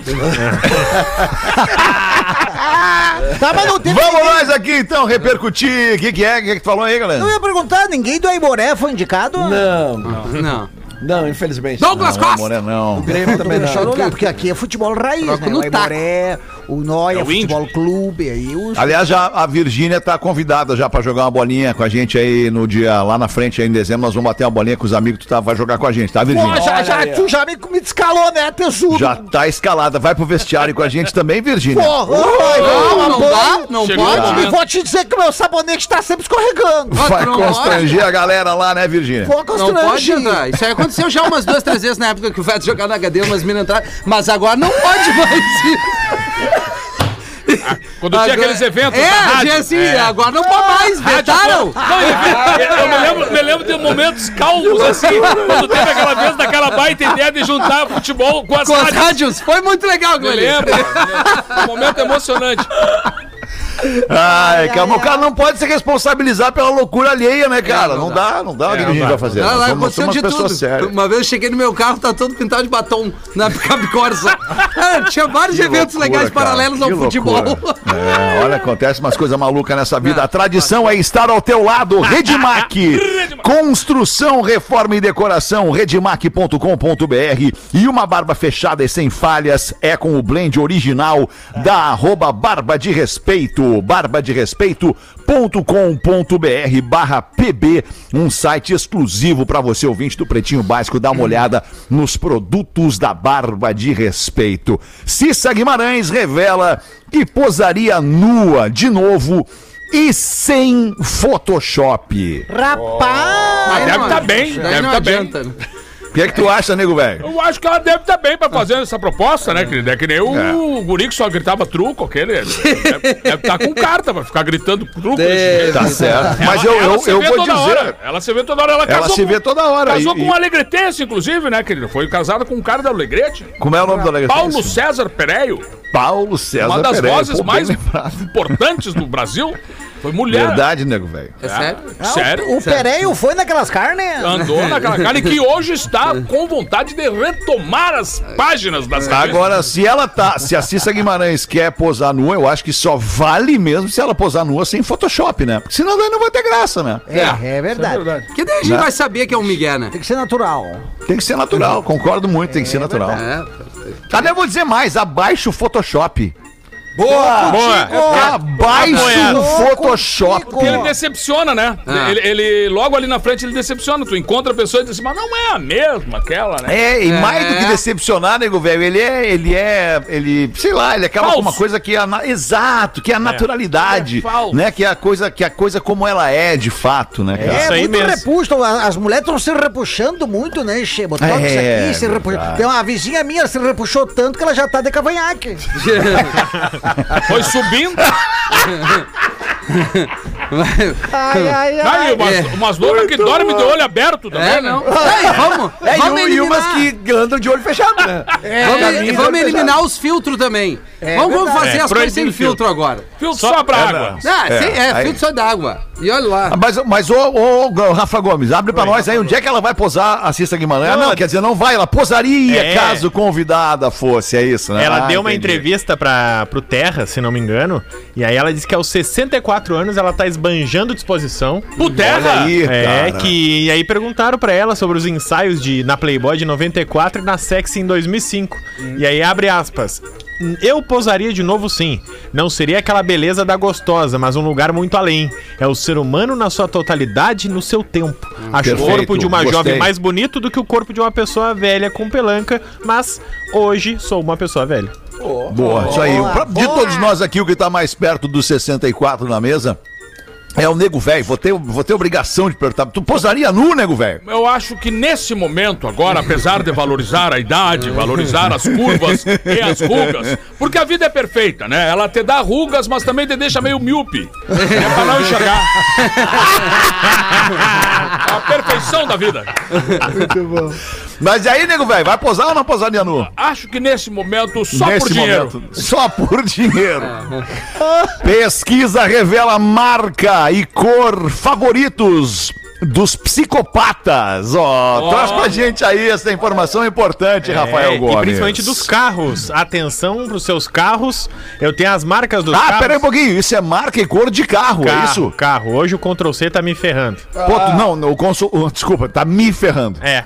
[SPEAKER 8] Tá, mas não teve.
[SPEAKER 4] Vamos nós aqui então repercutir. O que, que é? O que, que tu falou aí, galera?
[SPEAKER 8] Eu ia perguntar, ninguém do Aimoré foi indicado? Ah.
[SPEAKER 6] Não,
[SPEAKER 3] Não.
[SPEAKER 6] não, infelizmente.
[SPEAKER 3] Douglas
[SPEAKER 4] Não,
[SPEAKER 3] Costa!
[SPEAKER 4] Moré, não.
[SPEAKER 6] Grêmio também
[SPEAKER 8] Deixa eu
[SPEAKER 6] não.
[SPEAKER 8] olhar, porque aqui é futebol raiz,
[SPEAKER 3] Troca
[SPEAKER 8] né?
[SPEAKER 3] no
[SPEAKER 8] O Aimoré, o Noia,
[SPEAKER 7] É o índio.
[SPEAKER 8] Futebol Clube, aí os...
[SPEAKER 4] Aliás, já, a Virgínia tá convidada já pra jogar uma bolinha com a gente aí no dia lá na frente, aí em dezembro. Nós vamos bater uma bolinha com os amigos que tu tá, vai jogar com a gente, tá, Virgínia?
[SPEAKER 8] já, já, tu já me, me descalou, né, tesudo?
[SPEAKER 4] Já tá escalada. Vai pro vestiário com a gente também, Virgínia.
[SPEAKER 8] Pô,
[SPEAKER 4] é
[SPEAKER 8] vai,
[SPEAKER 3] Não, não
[SPEAKER 8] vai,
[SPEAKER 3] dá, não
[SPEAKER 7] Chegou o
[SPEAKER 8] Olha,
[SPEAKER 6] Ah.
[SPEAKER 7] momento.
[SPEAKER 8] e vou te dizer que o meu sabonete tá sempre escorregando.
[SPEAKER 4] Vai
[SPEAKER 3] Patrão,
[SPEAKER 4] constranger a galera lá, né, Virgínia?
[SPEAKER 8] Pô,
[SPEAKER 3] Não pode
[SPEAKER 8] constrange.
[SPEAKER 3] entrar. Isso aí aconteceu já umas duas, três vezes na época que o Veto jogava na HD, umas minas entraram. Mas agora não pode mais ir.
[SPEAKER 7] Quando tinha
[SPEAKER 3] Agora-
[SPEAKER 7] aqueles eventos
[SPEAKER 3] É,
[SPEAKER 7] da rádio.
[SPEAKER 3] tinha assim, agora não pode mais. Vetaram.
[SPEAKER 7] Não, eu, eu me, lembro, me lembro de momentos calmos, assim, quando teve aquela vez daquela baita ideia de juntar futebol com as
[SPEAKER 3] Com as
[SPEAKER 7] rádios.
[SPEAKER 3] rádios. Foi muito legal,
[SPEAKER 7] Me
[SPEAKER 3] Glelê.
[SPEAKER 7] lembro. Um momento emocionante.
[SPEAKER 4] Ai, calma, o cara não pode se responsabilizar pela loucura alheia, né, cara? não, dá, não dá. o que a gente vai fazer?
[SPEAKER 3] Lá,
[SPEAKER 4] Nós
[SPEAKER 3] lá
[SPEAKER 4] somos-
[SPEAKER 3] aconteceu
[SPEAKER 4] somos
[SPEAKER 3] de
[SPEAKER 4] pessoas
[SPEAKER 3] tudo.
[SPEAKER 4] sérias.
[SPEAKER 3] Uma vez eu cheguei no meu carro, tá todo pintado de batom na picape Corsa. Cara, tinha vários
[SPEAKER 4] Que
[SPEAKER 3] eventos
[SPEAKER 4] loucura,
[SPEAKER 3] legais
[SPEAKER 4] cara,
[SPEAKER 3] paralelos
[SPEAKER 4] que
[SPEAKER 3] ao futebol. Ah,
[SPEAKER 4] loucura. É, olha, acontece umas coisas malucas nessa vida. A tradição é estar ao teu lado. Redmac. Construção, reforma e decoração. Redmac.com.br. E uma barba fechada e sem falhas é com o blend original da arroba barba de respeito. Barba de respeito. .com.br barra pb, um site exclusivo para você, ouvinte do Pretinho Básico, dar uma olhada nos produtos da Barba de Respeito. Cissa Guimarães revela que posaria nua de novo e sem Photoshop.
[SPEAKER 8] Rapaz!
[SPEAKER 3] Aí
[SPEAKER 7] deve
[SPEAKER 3] não-
[SPEAKER 7] tá bem,
[SPEAKER 3] daí
[SPEAKER 7] deve
[SPEAKER 3] não
[SPEAKER 7] tá bem.
[SPEAKER 3] adianta, né?
[SPEAKER 4] O que é que tu acha, nego velho?
[SPEAKER 7] Eu acho que ela deve estar bem pra fazer essa proposta, né, querido? É que nem o guri que só gritava truco, aquele. Deve estar com carta pra ficar gritando truco. desse jeito.
[SPEAKER 4] Tá certo. Mas eu,
[SPEAKER 7] Ela- ela
[SPEAKER 4] eu,
[SPEAKER 7] se
[SPEAKER 4] eu
[SPEAKER 7] vê
[SPEAKER 4] vou
[SPEAKER 7] toda
[SPEAKER 4] dizer.
[SPEAKER 7] hora. Ela se vê toda hora, ela
[SPEAKER 4] Ela
[SPEAKER 7] casou
[SPEAKER 4] se
[SPEAKER 7] com-
[SPEAKER 4] vê toda hora.
[SPEAKER 7] Casou
[SPEAKER 4] e-
[SPEAKER 7] com
[SPEAKER 4] e-
[SPEAKER 7] um alegretense, inclusive, né, querido? Foi casada com um cara da Alegrete.
[SPEAKER 4] Como é o nome do alegre?
[SPEAKER 7] Paulo César Pereio,
[SPEAKER 4] Paulo César
[SPEAKER 7] uma das
[SPEAKER 4] Pereira. é
[SPEAKER 7] vozes
[SPEAKER 4] Pô, bem
[SPEAKER 7] mais
[SPEAKER 4] lembrado.
[SPEAKER 7] importantes do Brasil. Foi mulher.
[SPEAKER 4] Verdade, nego velho.
[SPEAKER 3] É sério?
[SPEAKER 8] Ah, o-
[SPEAKER 7] Sério? Ah,
[SPEAKER 8] O Pereio foi naquelas carnes?
[SPEAKER 4] É.
[SPEAKER 7] Andou naquela cara e que hoje está com vontade de retomar as páginas das revistas.
[SPEAKER 4] É. Agora, se ela tá. Se a Cissa Guimarães quer posar nua, eu acho que só vale mesmo se ela posar nua sem Photoshop, né? Porque senão daí não vai ter graça, né?
[SPEAKER 8] É, é verdade.
[SPEAKER 3] Que daí a gente vai saber que é um migué, né?
[SPEAKER 8] Tem que ser natural.
[SPEAKER 4] Tem que ser natural, concordo muito, tem que ser natural.
[SPEAKER 3] É.
[SPEAKER 4] Até eu vou dizer mais, abaixo o Photoshop.
[SPEAKER 6] Boa!
[SPEAKER 9] Boa.
[SPEAKER 4] Abaixo o Photoshop.
[SPEAKER 8] Contigo.
[SPEAKER 7] Ele decepciona, né?
[SPEAKER 4] É.
[SPEAKER 3] Ah.
[SPEAKER 7] Ele, ele- logo ali na frente ele decepciona. Tu encontra a pessoa e diz assim, mas não é a mesma aquela, né?
[SPEAKER 4] É, e
[SPEAKER 3] É.
[SPEAKER 4] mais do que decepcionar, nego velho, ele é, ele é, ele, sei lá, ele acaba
[SPEAKER 7] Falso.
[SPEAKER 4] com uma coisa que é a, na- exato, que é a naturalidade,
[SPEAKER 7] É falso.
[SPEAKER 4] né, que é a coisa, que é a coisa como ela é de fato, né, cara?
[SPEAKER 8] É,
[SPEAKER 9] Isso aí
[SPEAKER 8] muito
[SPEAKER 9] mesmo.
[SPEAKER 8] repuxo. a- As mulheres estão se repuxando muito, né, Che? Botou
[SPEAKER 4] É,
[SPEAKER 8] isso aqui, se
[SPEAKER 4] verdade.
[SPEAKER 8] repuxou. Tem uma vizinha minha, se repuxou tanto que ela já tá de cavanhaque.
[SPEAKER 4] É.
[SPEAKER 7] Foi subindo.
[SPEAKER 8] Ai,
[SPEAKER 7] Aí,
[SPEAKER 8] ai, ai.
[SPEAKER 7] umas,
[SPEAKER 4] É.
[SPEAKER 7] umas loucas que dormem de olho aberto também,
[SPEAKER 3] É,
[SPEAKER 7] né?
[SPEAKER 3] não. Ei, vamos,
[SPEAKER 6] É,
[SPEAKER 3] vamos
[SPEAKER 6] e,
[SPEAKER 3] eliminar. É,
[SPEAKER 6] umas que andam de olho fechado, né?
[SPEAKER 3] Vamos,
[SPEAKER 6] Caminho de olho
[SPEAKER 3] vamos eliminar os filtros também. vamos, vamos fazer
[SPEAKER 9] É,
[SPEAKER 3] as coisas sem
[SPEAKER 9] proibido
[SPEAKER 3] filtro agora.
[SPEAKER 7] Filtro só, pra água.
[SPEAKER 3] Ah,
[SPEAKER 4] É,
[SPEAKER 3] sem- é,
[SPEAKER 4] aí-
[SPEAKER 3] filtro só d'água. E olha lá.
[SPEAKER 4] Ah, Mas, mas ô, ô, ô, Rafa Gomes, abre pra nós aí onde é que ela vai posar a Cissa Guimarães. Ah, Não, quer dizer, não vai, ela posaria
[SPEAKER 9] É.
[SPEAKER 4] caso convidada fosse, é isso, né?
[SPEAKER 9] Ela
[SPEAKER 4] Ah,
[SPEAKER 9] deu uma
[SPEAKER 4] entendi.
[SPEAKER 9] entrevista para pro Terra, se não me engano, e aí ela disse que aos 64 anos ela tá esbanjando disposição.
[SPEAKER 7] Pro
[SPEAKER 4] Olha
[SPEAKER 7] terra.
[SPEAKER 4] aí,
[SPEAKER 9] É,
[SPEAKER 4] cara.
[SPEAKER 9] que e aí perguntaram pra ela sobre os ensaios de na Playboy de 94 e na Sexy em 2005. E aí abre aspas. Eu posaria de novo sim. Não seria aquela beleza da gostosa, mas um lugar muito além. É o ser humano na sua totalidade, no seu tempo. Acho o
[SPEAKER 4] Hum, Perfeito,
[SPEAKER 9] corpo de uma
[SPEAKER 4] gostei.
[SPEAKER 9] jovem mais bonito do que o corpo de uma pessoa velha com pelanca, mas hoje sou uma pessoa velha.
[SPEAKER 4] Boa, isso aí.
[SPEAKER 8] Boa,
[SPEAKER 4] Pra- de
[SPEAKER 8] boa.
[SPEAKER 4] todos nós aqui, o que tá mais perto dos 64 na mesa é o nego velho. Vou ter, vou ter obrigação de perguntar. Tu posaria nu, nego velho?
[SPEAKER 7] Eu acho que nesse momento agora, apesar de valorizar a idade, valorizar as curvas e as rugas, porque a vida é perfeita, né? Ela te dá rugas, mas também te deixa meio míope. É pra não enxergar. A perfeição da vida.
[SPEAKER 4] Mas e aí, nego velho, vai posar ou não posaria nu?
[SPEAKER 7] Acho que nesse momento, só
[SPEAKER 4] Nesse
[SPEAKER 7] por dinheiro.
[SPEAKER 4] momento, Só por dinheiro. Pesquisa revela marca e cor favoritos dos psicopatas. Ó, traz pra gente aí essa informação importante,
[SPEAKER 9] É,
[SPEAKER 4] Rafael Gomes.
[SPEAKER 9] E principalmente dos carros. Atenção pros seus carros. Eu tenho as marcas dos
[SPEAKER 4] Ah,
[SPEAKER 9] carros.
[SPEAKER 4] peraí um pouquinho. Isso é marca e cor de carro,
[SPEAKER 9] Carro,
[SPEAKER 4] é isso?
[SPEAKER 9] carro. Hoje o Ctrl C tá me ferrando.
[SPEAKER 4] Pô, tu- não, não, o consul... oh, desculpa, tá me ferrando.
[SPEAKER 9] É.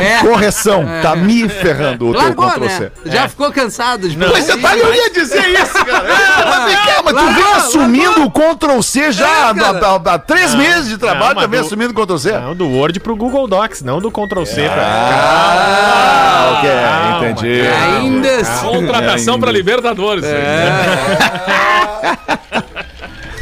[SPEAKER 3] É,
[SPEAKER 4] Correção, tá me ferrando o teu
[SPEAKER 3] largou,
[SPEAKER 4] Ctrl C.
[SPEAKER 3] né? Já ficou cansado de
[SPEAKER 4] Mas você tá, eu ia dizer isso, cara. Mas vem cá, mas tu
[SPEAKER 3] Largou,
[SPEAKER 4] vem
[SPEAKER 3] largou.
[SPEAKER 4] assumindo o Ctrl C já
[SPEAKER 3] É, cara.
[SPEAKER 4] há- há há três meses de trabalho,
[SPEAKER 9] mas
[SPEAKER 4] também
[SPEAKER 9] do-
[SPEAKER 4] assumindo o Ctrl C.
[SPEAKER 9] Não, do Word pro Google Docs, não do Ctrl C pra.
[SPEAKER 4] Ah, ok,
[SPEAKER 9] Calma,
[SPEAKER 4] entendi.
[SPEAKER 3] Ainda assim.
[SPEAKER 7] Contratação pra Libertadores.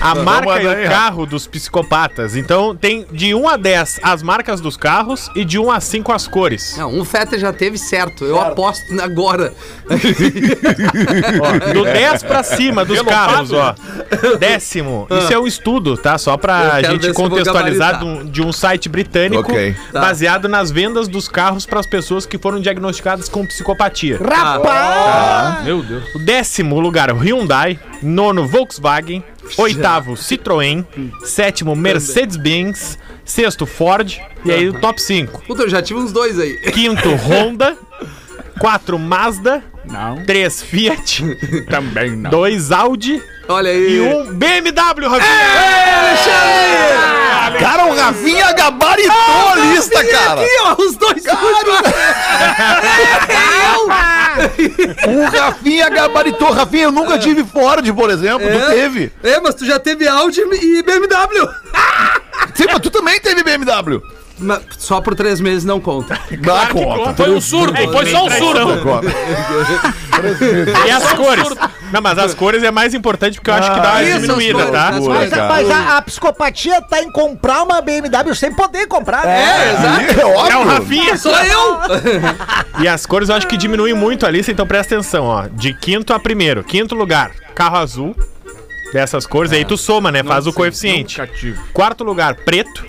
[SPEAKER 9] A marca e
[SPEAKER 4] mandar aí,
[SPEAKER 9] o carro dos psicopatas. Então tem de 1 a 10 as marcas dos carros e de 1 a 5 as cores.
[SPEAKER 3] Não, um Feta já teve certo. Eu aposto na- agora. é.
[SPEAKER 9] Ó, do 10 pra cima dos carros, ó. Décimo. Isso é um estudo, tá? Só
[SPEAKER 3] Ah. Eu
[SPEAKER 9] pra
[SPEAKER 3] quero ver
[SPEAKER 9] gente
[SPEAKER 3] se eu vou
[SPEAKER 9] contextualizar de
[SPEAKER 3] gabaritar.
[SPEAKER 9] um, de um site britânico
[SPEAKER 4] Ok.
[SPEAKER 3] Tá.
[SPEAKER 9] baseado nas vendas dos carros pras pessoas que foram diagnosticadas com psicopatia.
[SPEAKER 8] Rapaz!
[SPEAKER 7] Meu Deus.
[SPEAKER 9] O décimo lugar, o Hyundai. Nono, Volkswagen. Oitavo, Citroën. Sétimo, Mercedes-Benz. Sexto, Ford. E aí o top 5.
[SPEAKER 3] Puta, eu já tive uns dois aí.
[SPEAKER 9] Quinto, Honda. Quatro, Mazda.
[SPEAKER 2] Não.
[SPEAKER 9] Três, Fiat.
[SPEAKER 7] Também não.
[SPEAKER 9] Dois, Audi.
[SPEAKER 3] Olha aí.
[SPEAKER 9] E um BMW,
[SPEAKER 3] É,
[SPEAKER 9] Rafinha.
[SPEAKER 4] Cara, o Rafinha gabaritou a lista, cara.
[SPEAKER 3] Aqui, ó, os dois É, últimos.
[SPEAKER 4] O Um Rafinha gabaritou. Rafinha, eu nunca tive Ford, por exemplo. Tu teve.
[SPEAKER 3] É, mas tu já teve Audi e BMW.
[SPEAKER 4] Sim, mas tu também teve BMW.
[SPEAKER 3] Mas só por três meses não conta.
[SPEAKER 9] É,
[SPEAKER 4] Dá conta.
[SPEAKER 7] Foi um surdo, foi só um surdo.
[SPEAKER 9] E as cores. Não, mas as cores é mais importante porque eu acho que dá uma
[SPEAKER 3] Ah, isso, as
[SPEAKER 9] diminuída,
[SPEAKER 3] cores,
[SPEAKER 9] tá?
[SPEAKER 3] as
[SPEAKER 8] Mas,
[SPEAKER 4] cara.
[SPEAKER 8] mas a, a psicopatia tá em comprar uma BMW sem poder comprar, né?
[SPEAKER 3] É, exato.
[SPEAKER 4] É óbvio.
[SPEAKER 9] É o Rafinha.
[SPEAKER 3] Sou eu!
[SPEAKER 9] E as cores eu acho que diminui muito a lista, então presta atenção, ó. De quinto a primeiro. Quinto lugar, carro azul. Dessas cores, aí tu soma, né? Faz o coeficiente. Quarto lugar, preto.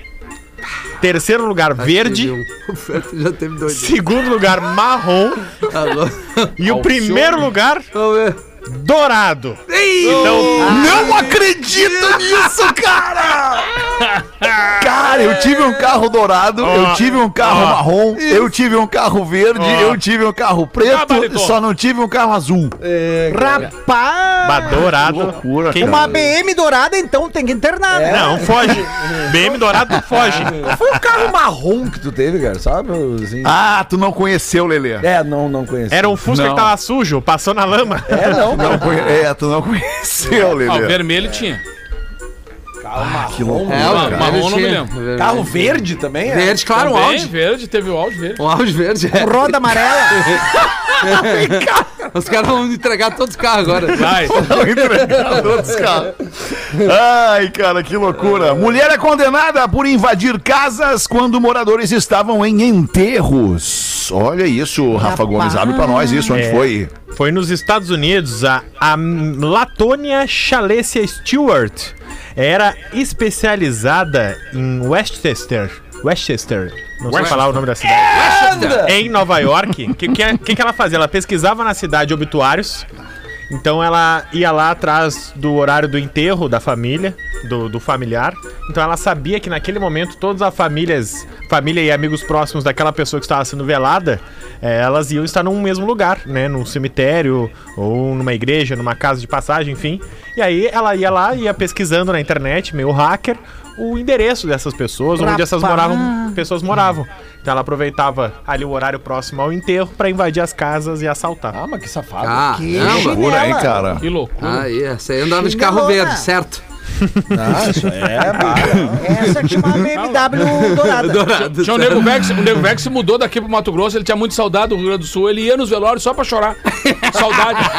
[SPEAKER 9] Terceiro lugar, verde.
[SPEAKER 3] um. O Ferto já teve dois.
[SPEAKER 9] Segundo lugar, marrom.
[SPEAKER 3] Alô?
[SPEAKER 9] E o primeiro lugar,
[SPEAKER 3] Vamos ver.
[SPEAKER 9] dourado.
[SPEAKER 3] Ei!
[SPEAKER 9] Então,
[SPEAKER 4] Não acredito nisso, cara! Cara, eu tive um carro dourado, eu tive um carro
[SPEAKER 9] Ó.
[SPEAKER 4] marrom, eu tive um carro verde,
[SPEAKER 9] Ó.
[SPEAKER 4] eu tive um carro preto,
[SPEAKER 7] Gabaritou.
[SPEAKER 4] só não tive um carro azul.
[SPEAKER 8] Rapaz!
[SPEAKER 9] bah,
[SPEAKER 4] Ah,
[SPEAKER 9] dourado. Quem-
[SPEAKER 8] Uma BM dourada, então, tem que internar, né?
[SPEAKER 9] Não, foge. BM dourado não foge.
[SPEAKER 6] Foi um carro marrom que tu teve, cara, sabe? Assim.
[SPEAKER 4] Ah, tu não conheceu, Lelê.
[SPEAKER 6] É, não, não conheço.
[SPEAKER 9] Era um Fusca que tava sujo, passou na lama.
[SPEAKER 6] É, não,
[SPEAKER 4] Não conhe- É, tu não conheceu,
[SPEAKER 7] Ah, o
[SPEAKER 4] Lelê.
[SPEAKER 7] vermelho tinha.
[SPEAKER 4] Que loucura,
[SPEAKER 3] É, o
[SPEAKER 4] cara.
[SPEAKER 7] marrom não me
[SPEAKER 3] tinha.
[SPEAKER 7] lembro.
[SPEAKER 3] Vermelho.
[SPEAKER 6] Carro verde também? É.
[SPEAKER 3] Verde, claro, um
[SPEAKER 7] Também,
[SPEAKER 3] Audi.
[SPEAKER 7] verde, teve o áudio verde.
[SPEAKER 3] Um Audi verde, é.
[SPEAKER 8] Roda amarela.
[SPEAKER 3] Os caras vão entregar todos os carros agora.
[SPEAKER 7] Vai.
[SPEAKER 4] O entregador dos carros. Ai, cara, que loucura. Mulher é condenada por invadir casas quando moradores estavam em enterros. Olha isso, Rafa Gomes. Abre pra nós isso, onde
[SPEAKER 9] É.
[SPEAKER 4] foi?
[SPEAKER 9] Foi nos Estados Unidos, a, a Latonia Chalecia Stewart era especializada em Westchester. Westchester. Não sei falar o nome da cidade. Em Nova York. O que, que, que, que ela fazia? Ela pesquisava na cidade obituários. Então ela ia lá atrás do horário do enterro da família, do, do familiar. Então ela sabia que naquele momento todas as famílias, família e amigos próximos daquela pessoa que estava sendo velada, eh, elas iam estar num mesmo lugar, né? Num cemitério, ou numa igreja, numa casa de passagem, enfim. E aí ela ia lá, ia pesquisando na internet, meio hacker, o endereço dessas pessoas, onde essas moravam, pessoas moravam. Então ela aproveitava ali o horário próximo ao enterro para invadir as casas e assaltar.
[SPEAKER 6] Ah, mas que safado.
[SPEAKER 3] Ah,
[SPEAKER 8] Que
[SPEAKER 4] Que
[SPEAKER 3] não,
[SPEAKER 4] loucura, hein,
[SPEAKER 8] chinela.
[SPEAKER 4] cara?
[SPEAKER 7] Que loucura.
[SPEAKER 3] Ah, isso aí andava de carro
[SPEAKER 8] Chinelona.
[SPEAKER 3] verde, certo?
[SPEAKER 8] Essa tinha uma BMW dourada.
[SPEAKER 3] Dourado.
[SPEAKER 7] Tinha um nego velho que se- o nego velho que se mudou daqui pro Mato Grosso, ele tinha muito saudade do Rio Grande do Sul, ele ia nos velórios só pra chorar. Saudade.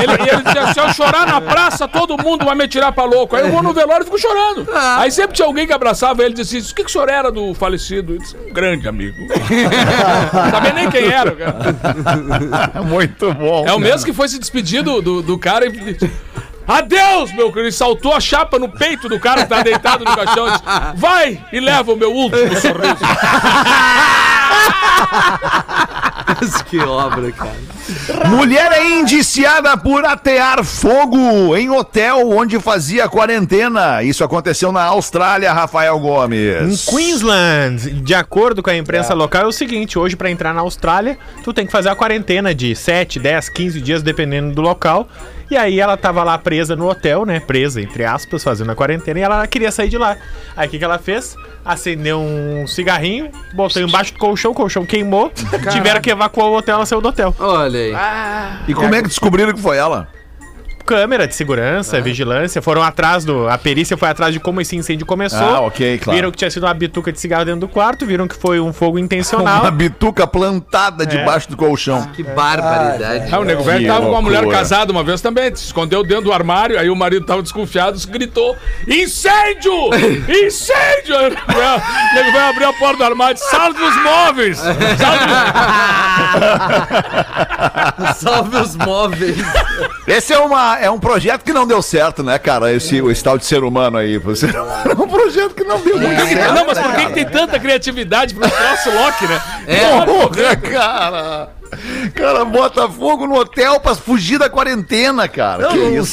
[SPEAKER 7] Ele, ele dizia, se eu chorar na praça, todo mundo vai me tirar pra louco. Aí eu vou no velório e fico chorando. Aí sempre tinha alguém que abraçava ele e dizia assim, o que, que o senhor era do falecido? Ele disse, um grande amigo. Não Sabia nem quem era, cara.
[SPEAKER 4] Muito bom.
[SPEAKER 7] É o mesmo que foi se despedir do, do, do cara e. disse, Adeus, meu querido! E saltou a chapa no peito do cara que tá deitado no caixão. e disse, Vai e leva o meu último sorriso.
[SPEAKER 3] que obra, cara.
[SPEAKER 4] Mulher é indiciada por atear fogo em hotel onde fazia quarentena. Isso aconteceu na Austrália, Rafael
[SPEAKER 9] Em
[SPEAKER 7] Um
[SPEAKER 4] Gomes.
[SPEAKER 9] Queensland, de acordo com a imprensa local, é o seguinte: hoje, pra entrar na Austrália, tu tem que fazer a quarentena de 7, 10, 15 dias, dependendo do local. E aí ela tava lá presa no hotel, né? Presa, entre aspas, fazendo a quarentena, e ela queria sair de lá. Aí o que, que ela fez? Acendeu um cigarrinho, botou embaixo do colchão, o colchão queimou, tiveram que evacuar o hotel, ela saiu do hotel.
[SPEAKER 3] Olha aí.
[SPEAKER 4] E como é que descobriram que foi ela?
[SPEAKER 9] Câmera de segurança,
[SPEAKER 4] É.
[SPEAKER 9] vigilância, foram atrás do. A perícia foi atrás de como esse incêndio começou.
[SPEAKER 4] Ah, ok, claro.
[SPEAKER 9] Viram que tinha sido uma bituca de cigarro dentro do quarto, viram que foi um fogo
[SPEAKER 7] Ah.
[SPEAKER 9] intencional.
[SPEAKER 4] Uma bituca plantada debaixo do colchão.
[SPEAKER 3] Que barbaridade.
[SPEAKER 7] Ah, É. o nego velho
[SPEAKER 4] Que
[SPEAKER 7] tava com uma mulher
[SPEAKER 4] loucura.
[SPEAKER 7] casada uma vez também, se escondeu dentro do armário, aí o marido tava desconfiado, gritou: Incêndio! Incêndio! Aí O nego velho- o nego velho abriu a porta do armário, e disse, salve os móveis!
[SPEAKER 3] Salve os móveis.
[SPEAKER 4] Esse é, uma, é um projeto que não deu certo, né, cara? Esse, esse tal de ser humano aí. Você... É um projeto que não deu muito certo. É.
[SPEAKER 7] Não, mas por que, que tem tanta criatividade pro troço Loki, né?
[SPEAKER 4] Porra, cara! Cara, bota fogo no hotel pra fugir da quarentena, cara. que isso?
[SPEAKER 6] um
[SPEAKER 4] cara?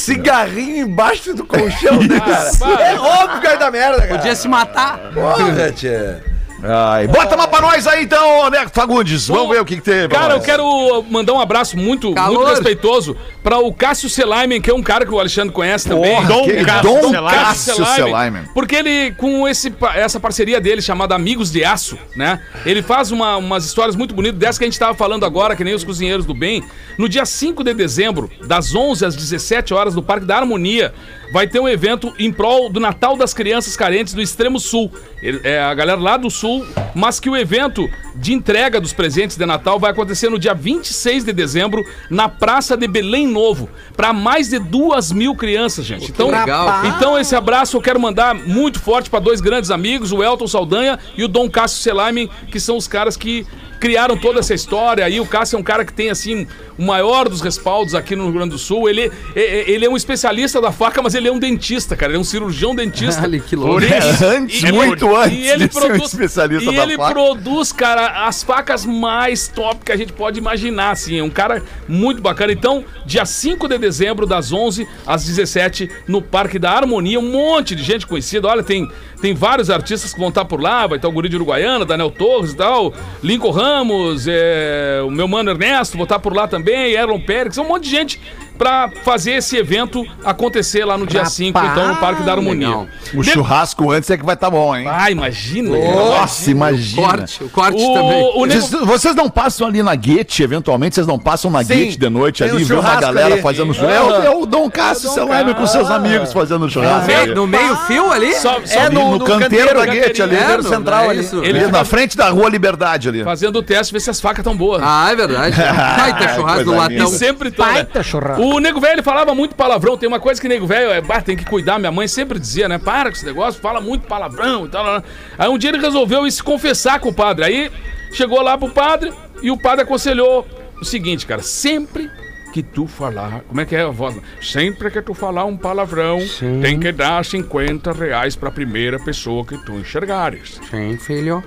[SPEAKER 6] cigarrinho embaixo do colchão, né, cara?
[SPEAKER 7] para.
[SPEAKER 6] É óbvio que vai dar merda, cara.
[SPEAKER 3] Podia se matar.
[SPEAKER 6] Porra, tchê.
[SPEAKER 4] Ai, bota uma pra nós aí então, ô, Neco Fagundes. Vamos ver o que, que tem. pra
[SPEAKER 7] Cara, eu
[SPEAKER 4] nós.
[SPEAKER 7] quero mandar um abraço muito, muito
[SPEAKER 3] Calor.
[SPEAKER 7] respeitoso pra o Cássio Selaimen, que é um cara que o Alexandre conhece também.
[SPEAKER 9] Dom
[SPEAKER 4] que-
[SPEAKER 9] Cássio
[SPEAKER 4] Dom
[SPEAKER 9] Celaiman.
[SPEAKER 4] Cássio Selaimen.
[SPEAKER 7] Porque ele, com esse, pa- essa parceria dele chamada Amigos de Aço, né? Ele faz uma- umas histórias muito bonitas, dessa que a gente tava falando agora, que nem os cozinheiros do bem. No dia 5 de dezembro, das 11 às 17 horas, no Parque da Harmonia, vai ter um evento em prol do Natal das Crianças Carentes do Extremo Sul. Ele- é a galera lá do Sul, mas que o evento de entrega dos presentes de Natal vai acontecer no dia 26 de dezembro, na Praça de Belém Novo, para mais de duas mil crianças, gente. Então,
[SPEAKER 3] legal.
[SPEAKER 7] então esse abraço eu quero mandar muito forte para dois grandes amigos, o Elton Saldanha e o Dom Cássio Selaimen, que são os caras que criaram toda essa história. E o Cássio é um cara que tem assim o maior dos respaldos aqui no Rio Grande do Sul. Ele é- é, ele é um especialista da faca, mas ele é um dentista, cara. Ele é um cirurgião dentista.
[SPEAKER 3] Olha que louco.
[SPEAKER 7] Por isso-
[SPEAKER 4] É, Antes,
[SPEAKER 7] e-
[SPEAKER 4] muito
[SPEAKER 7] e
[SPEAKER 4] antes
[SPEAKER 7] ele
[SPEAKER 4] de ser um
[SPEAKER 7] produz-
[SPEAKER 4] especialista
[SPEAKER 7] e
[SPEAKER 4] da
[SPEAKER 7] ele
[SPEAKER 4] faca.
[SPEAKER 7] produz, cara, as facas mais top que a gente pode imaginar, assim. É um cara muito bacana. Então, dia 5 de dezembro, das 11 às 17, no Parque da Harmonia. Um monte de gente conhecida. Olha, tem, tem vários artistas que vão estar por lá. Vai estar o Guri de Uruguaiana, Daniel Torres e tal. Lincoln Ramos, é, o meu mano Ernesto, vou estar por lá também. Aaron Pérez, um monte de gente pra fazer esse evento acontecer lá no dia 5, então, no Parque da Harmonia.
[SPEAKER 3] legal.
[SPEAKER 4] O churrasco antes é que vai estar bom, hein?
[SPEAKER 7] Ah, imagina.
[SPEAKER 4] Nossa, imagina.
[SPEAKER 3] Corte, o corte
[SPEAKER 7] O-
[SPEAKER 3] também.
[SPEAKER 7] o Nego
[SPEAKER 4] Vocês, vocês não passam ali na Guete, eventualmente? Vocês não passam na Guete de noite
[SPEAKER 6] tem
[SPEAKER 4] ali,
[SPEAKER 6] um
[SPEAKER 4] vendo a
[SPEAKER 6] churrasco
[SPEAKER 4] galera
[SPEAKER 6] ali.
[SPEAKER 4] fazendo churrasco? É, o- é o Dom Cássio Selaimen com seus amigos fazendo churrasco.
[SPEAKER 7] É,
[SPEAKER 4] ali.
[SPEAKER 3] No meio-fio ali?
[SPEAKER 7] Só, só
[SPEAKER 6] É
[SPEAKER 4] no- no canteiro da Guete ali.
[SPEAKER 3] É, não,
[SPEAKER 6] central
[SPEAKER 3] não é
[SPEAKER 6] ali.
[SPEAKER 3] isso.
[SPEAKER 7] Ele
[SPEAKER 4] Ali
[SPEAKER 7] fica
[SPEAKER 4] na frente da Rua Liberdade ali.
[SPEAKER 7] fazendo o teste, ver se as facas estão boas.
[SPEAKER 3] Ah, é verdade. Baita churrasco do
[SPEAKER 4] Coisa
[SPEAKER 3] latão.
[SPEAKER 7] E sempre tão, né?
[SPEAKER 8] Baita churrasco.
[SPEAKER 7] O nego velho ele falava muito palavrão. Tem uma coisa que nego velho é, bah, tem que cuidar. Minha mãe sempre dizia, né? Para com esse negócio, fala muito palavrão e tal. lá, lá. Aí um dia ele resolveu ir se confessar com o padre. Aí chegou lá pro padre e o padre aconselhou o seguinte, cara: sempre que tu falar, como é que é a voz? Sempre que tu falar um palavrão, tem que dar 50 reais pra primeira pessoa que tu enxergares.
[SPEAKER 3] Sim, filho.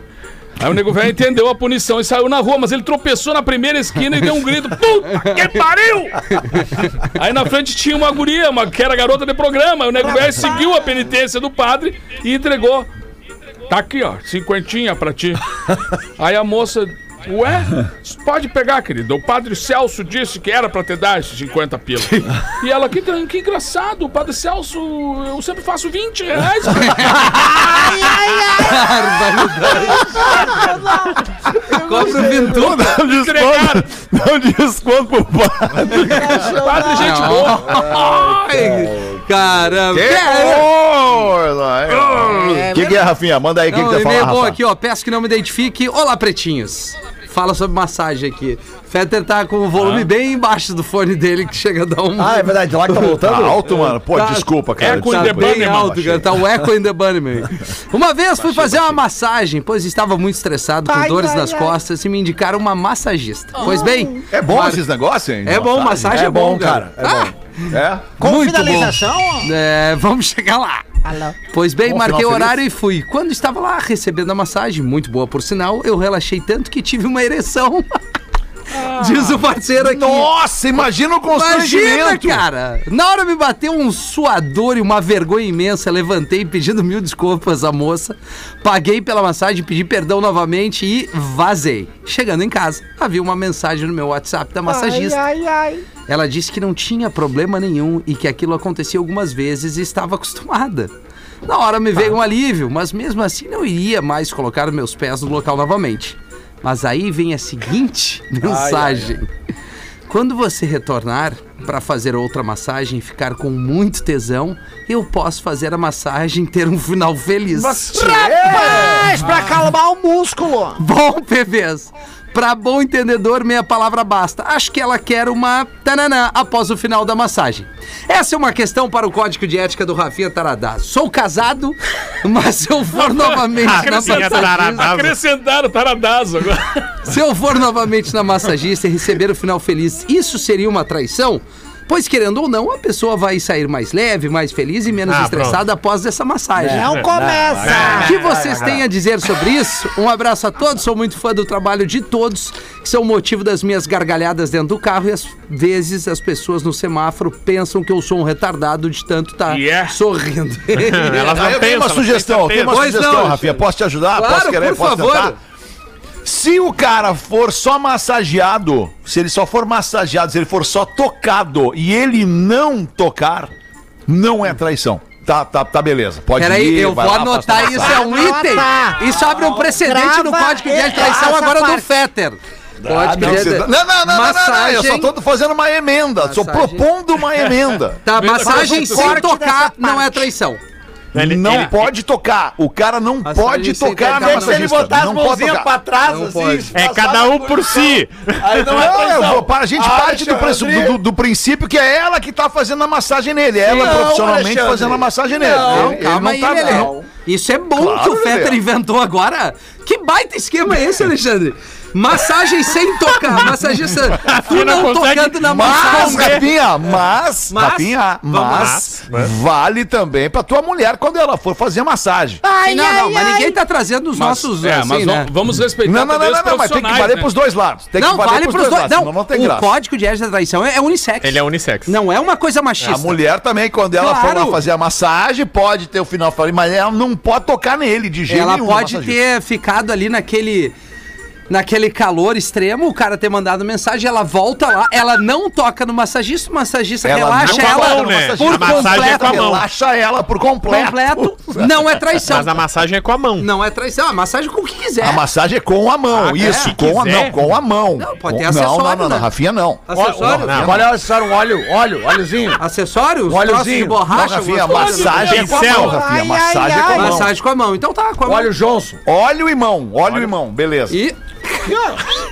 [SPEAKER 7] Aí o nego velho entendeu a punição e saiu na rua, mas ele tropeçou na primeira esquina e deu um grito: Puta que pariu! Aí na frente tinha uma guria, uma, que era garota de programa. Aí o nego velho seguiu a penitência do padre e entregou. Tá aqui, ó, cinquentinha pra ti. Aí a moça. Ué, pode pegar, querido. O padre Celso disse que era pra te dar esses 50 pila. E ela, que, tran- que engraçado, o padre Celso, eu sempre faço 20 reais.
[SPEAKER 3] Cobra o
[SPEAKER 4] Não
[SPEAKER 3] vintudo.
[SPEAKER 4] dá um
[SPEAKER 7] Entregaram.
[SPEAKER 4] desconto, dá um desconto pro padre.
[SPEAKER 3] É,
[SPEAKER 7] padre, gente boa.
[SPEAKER 3] Ai, Caramba. É,
[SPEAKER 4] O que, que é, Rafinha? Manda aí o que, que
[SPEAKER 3] Não,
[SPEAKER 4] você
[SPEAKER 3] um e-mail
[SPEAKER 4] fala,
[SPEAKER 3] bom
[SPEAKER 4] Rafa?
[SPEAKER 3] aqui, ó. Peço que não me identifique. Olá, pretinhos. Fala sobre massagem aqui. Fetter tá com o volume bem embaixo do fone dele, que chega a dar um.
[SPEAKER 6] Ah, é verdade, lá que tá
[SPEAKER 4] Tá
[SPEAKER 6] voltando.
[SPEAKER 4] alto, mano? Pô,
[SPEAKER 3] Tá-
[SPEAKER 4] desculpa, cara.
[SPEAKER 7] Eco in
[SPEAKER 4] desculpa.
[SPEAKER 7] the
[SPEAKER 4] Bem
[SPEAKER 7] Bunnyman,
[SPEAKER 4] alto,
[SPEAKER 3] alto, cara. Tá o eco in the bunnyman. Uma vez fui fazer uma massagem, pois estava muito estressado, com dores nas costas, e me indicaram uma massagista.
[SPEAKER 8] Oh.
[SPEAKER 3] Pois bem,
[SPEAKER 4] É bom esses negócios, hein?
[SPEAKER 3] é bom, massagem é,
[SPEAKER 6] É
[SPEAKER 3] bom,
[SPEAKER 6] bom,
[SPEAKER 3] cara.
[SPEAKER 6] cara. É bom.
[SPEAKER 4] É?
[SPEAKER 8] Com
[SPEAKER 3] Muito
[SPEAKER 8] finalização?
[SPEAKER 3] É, vamos chegar lá.
[SPEAKER 8] Alô.
[SPEAKER 3] Pois bem,
[SPEAKER 4] Bom
[SPEAKER 3] marquei o
[SPEAKER 4] final feliz.
[SPEAKER 3] horário e fui. Quando estava lá recebendo a massagem, muito boa por sinal, eu relaxei tanto que tive uma ereção. Diz o parceiro aqui.
[SPEAKER 4] Nossa, imagina o
[SPEAKER 3] Imagina,
[SPEAKER 4] constrangimento.
[SPEAKER 3] cara! Na hora me bateu um suador e uma vergonha imensa. Levantei pedindo mil desculpas à moça. Paguei pela massagem, pedi perdão novamente e vazei. Chegando em casa, havia uma mensagem no meu WhatsApp da massagista. Ela disse que não tinha problema nenhum e que aquilo acontecia algumas vezes e estava acostumada. Na hora me veio um alívio, mas mesmo assim não iria mais colocar meus pés no local novamente. Mas aí vem a seguinte mensagem. Quando você retornar para fazer outra massagem e ficar com muito tesão, eu posso fazer a massagem e ter um final feliz.
[SPEAKER 8] Rapaz, pra calmar o músculo.
[SPEAKER 3] Bom, PVs. Pra bom entendedor, meia palavra basta. Acho que ela quer uma tananã após o final da massagem. Essa é uma questão para o código de ética do Rafinha Taradá. Sou casado, mas se eu for novamente
[SPEAKER 9] Ah,
[SPEAKER 3] na
[SPEAKER 9] Rafinha
[SPEAKER 3] massagista,
[SPEAKER 9] Taradá.
[SPEAKER 7] Acrescentaram taradazo agora.
[SPEAKER 3] se eu for novamente na massagista e receber o final feliz, isso seria uma traição? Pois, querendo ou não, a pessoa vai sair mais leve, mais feliz e menos
[SPEAKER 9] Ah,
[SPEAKER 3] estressada após essa massagem.
[SPEAKER 8] Não
[SPEAKER 3] O
[SPEAKER 8] começa!
[SPEAKER 3] que vocês têm a dizer sobre isso? Um abraço a todos, sou muito fã do trabalho de todos, que são o motivo das minhas gargalhadas dentro do carro e às vezes as pessoas no semáforo pensam que eu sou um retardado de tanto estar
[SPEAKER 7] Yeah.
[SPEAKER 3] sorrindo.
[SPEAKER 9] Elas
[SPEAKER 4] Ah, eu tenho uma
[SPEAKER 9] pensam,
[SPEAKER 4] sugestão, eu tenho uma
[SPEAKER 9] pensam.
[SPEAKER 3] Pois
[SPEAKER 4] sugestão,
[SPEAKER 3] não,
[SPEAKER 4] Rafinha. Posso te ajudar?
[SPEAKER 3] Claro,
[SPEAKER 4] posso querer?
[SPEAKER 3] por
[SPEAKER 4] posso
[SPEAKER 3] favor.
[SPEAKER 4] tentar? Se o cara for só massageado, se ele só for massageado, se ele for só tocado e ele não tocar, não é traição. Tá, tá, tá, beleza. Pode
[SPEAKER 3] Peraí,
[SPEAKER 4] ir,
[SPEAKER 3] eu
[SPEAKER 4] vai
[SPEAKER 3] vou
[SPEAKER 4] lá, faça
[SPEAKER 3] anotar isso,
[SPEAKER 4] massagem.
[SPEAKER 3] é um
[SPEAKER 8] Anota.
[SPEAKER 3] item. Isso abre um precedente no
[SPEAKER 8] Grava
[SPEAKER 3] Código de
[SPEAKER 8] essa
[SPEAKER 3] Traição agora do
[SPEAKER 8] parte.
[SPEAKER 3] Fetter.
[SPEAKER 4] Ah,
[SPEAKER 3] Código
[SPEAKER 4] não,
[SPEAKER 3] de-
[SPEAKER 4] você tá- não, não, não, não, não, não, eu só tô fazendo uma emenda, só
[SPEAKER 3] Massagem.
[SPEAKER 4] propondo uma emenda.
[SPEAKER 3] Tá, massagem
[SPEAKER 8] Faz um
[SPEAKER 3] sem
[SPEAKER 8] corte
[SPEAKER 3] tocar
[SPEAKER 8] dessa
[SPEAKER 3] não é
[SPEAKER 8] parte.
[SPEAKER 3] traição.
[SPEAKER 9] Ele-
[SPEAKER 4] não
[SPEAKER 9] ele-
[SPEAKER 4] pode tocar, o cara não
[SPEAKER 3] Massagem
[SPEAKER 4] pode
[SPEAKER 3] sem
[SPEAKER 4] tocar
[SPEAKER 3] tocar,
[SPEAKER 4] no
[SPEAKER 3] mas se ele
[SPEAKER 4] massagista,
[SPEAKER 6] botar as
[SPEAKER 4] não pode
[SPEAKER 6] mãozinhas
[SPEAKER 4] tocar.
[SPEAKER 6] pra trás,
[SPEAKER 3] Não
[SPEAKER 6] assim.
[SPEAKER 3] pode.
[SPEAKER 9] É cada um por si.
[SPEAKER 6] Aí não é
[SPEAKER 4] Não, eu
[SPEAKER 6] traição.
[SPEAKER 4] vou, para, a gente
[SPEAKER 6] Ah,
[SPEAKER 4] parte do, preço-
[SPEAKER 6] Alexandre,
[SPEAKER 4] do- do princípio que é ela que tá fazendo a massagem nele. Ela
[SPEAKER 6] Não,
[SPEAKER 4] profissionalmente
[SPEAKER 6] Alexandre.
[SPEAKER 4] fazendo a massagem nele.
[SPEAKER 3] Não,
[SPEAKER 4] Ele- ele
[SPEAKER 3] calma
[SPEAKER 4] tá-
[SPEAKER 3] aí, Lelê.
[SPEAKER 4] não.
[SPEAKER 3] Isso é bom
[SPEAKER 4] Claro,
[SPEAKER 3] que o Fetter
[SPEAKER 4] Lelê.
[SPEAKER 3] inventou agora. Que baita esquema é esse, Alexandre? Massagem sem tocar, massagista. Tu
[SPEAKER 9] Fina
[SPEAKER 3] não
[SPEAKER 9] consegue
[SPEAKER 3] tocando na
[SPEAKER 4] Mas,
[SPEAKER 3] massagem.
[SPEAKER 4] Rafinha, mas,
[SPEAKER 3] Mas,
[SPEAKER 4] Rafinha,
[SPEAKER 3] vamos lá.
[SPEAKER 4] mas, vale também pra tua mulher quando ela for fazer massagem.
[SPEAKER 8] Ai,
[SPEAKER 3] não,
[SPEAKER 8] ai,
[SPEAKER 3] não, mas
[SPEAKER 8] ai.
[SPEAKER 3] ninguém tá trazendo os nossos.
[SPEAKER 7] é,
[SPEAKER 3] assim,
[SPEAKER 7] mas
[SPEAKER 3] né?
[SPEAKER 7] vamos- vamos respeitar
[SPEAKER 4] Não, não,
[SPEAKER 7] também
[SPEAKER 4] não,
[SPEAKER 7] os
[SPEAKER 4] não, não, mas tem que
[SPEAKER 7] profissionais,
[SPEAKER 4] valer
[SPEAKER 7] né?
[SPEAKER 4] pros dois lados. Tem
[SPEAKER 3] Não,
[SPEAKER 4] que valer
[SPEAKER 3] vale pros dois.
[SPEAKER 4] lados,
[SPEAKER 3] Não,
[SPEAKER 4] senão não tem
[SPEAKER 3] o
[SPEAKER 4] graça.
[SPEAKER 3] código de ética da traição é, é unissex.
[SPEAKER 9] Ele é unissex.
[SPEAKER 3] Não é uma coisa machista.
[SPEAKER 4] A mulher também, quando ela for
[SPEAKER 3] Claro.
[SPEAKER 4] lá fazer a massagem, pode ter o final, falei, mas ela não pode tocar nele de jeito
[SPEAKER 3] Ela
[SPEAKER 4] nenhum.
[SPEAKER 3] pode
[SPEAKER 4] é massagista.
[SPEAKER 3] ter ficado ali naquele. Naquele calor extremo, o cara ter mandado mensagem, ela volta lá, ela não toca no massagista, o massagista
[SPEAKER 4] Ela
[SPEAKER 3] relaxa
[SPEAKER 4] não
[SPEAKER 9] com a
[SPEAKER 3] ela
[SPEAKER 9] mão, né?
[SPEAKER 3] por
[SPEAKER 9] A massagem é
[SPEAKER 3] completo.
[SPEAKER 9] com a mão.
[SPEAKER 4] Relaxa ela por completo.
[SPEAKER 3] completo, não é traição.
[SPEAKER 9] Mas a massagem é com a mão.
[SPEAKER 3] Não é traição, é massagem com o que quiser.
[SPEAKER 4] A massagem é com a mão,
[SPEAKER 9] Ah,
[SPEAKER 4] isso,
[SPEAKER 9] é?
[SPEAKER 4] com a,
[SPEAKER 9] Quiser.
[SPEAKER 4] não, com a mão.
[SPEAKER 3] Não, pode ter
[SPEAKER 4] Com-
[SPEAKER 3] acessório,
[SPEAKER 4] Não, não, não,
[SPEAKER 3] né?
[SPEAKER 4] não, Rafinha não.
[SPEAKER 3] Acessório?
[SPEAKER 9] Não,
[SPEAKER 6] Olha, acessório, óleo, óleo, óleozinho.
[SPEAKER 3] Acessório? Os
[SPEAKER 6] Óleozinho.
[SPEAKER 3] troços de
[SPEAKER 4] Não,
[SPEAKER 3] borracha?
[SPEAKER 4] Rafinha,
[SPEAKER 3] alguma coisa?
[SPEAKER 4] massagem é com a
[SPEAKER 9] Pincel.
[SPEAKER 4] mão, Rafinha,
[SPEAKER 8] Ai,
[SPEAKER 4] massagem é com
[SPEAKER 8] ai,
[SPEAKER 4] a mão.
[SPEAKER 3] Massagem com a mão. Então tá, com a mão.
[SPEAKER 6] Óleo Johnson.
[SPEAKER 4] Óleo e mão, óleo e mão, beleza.
[SPEAKER 3] E,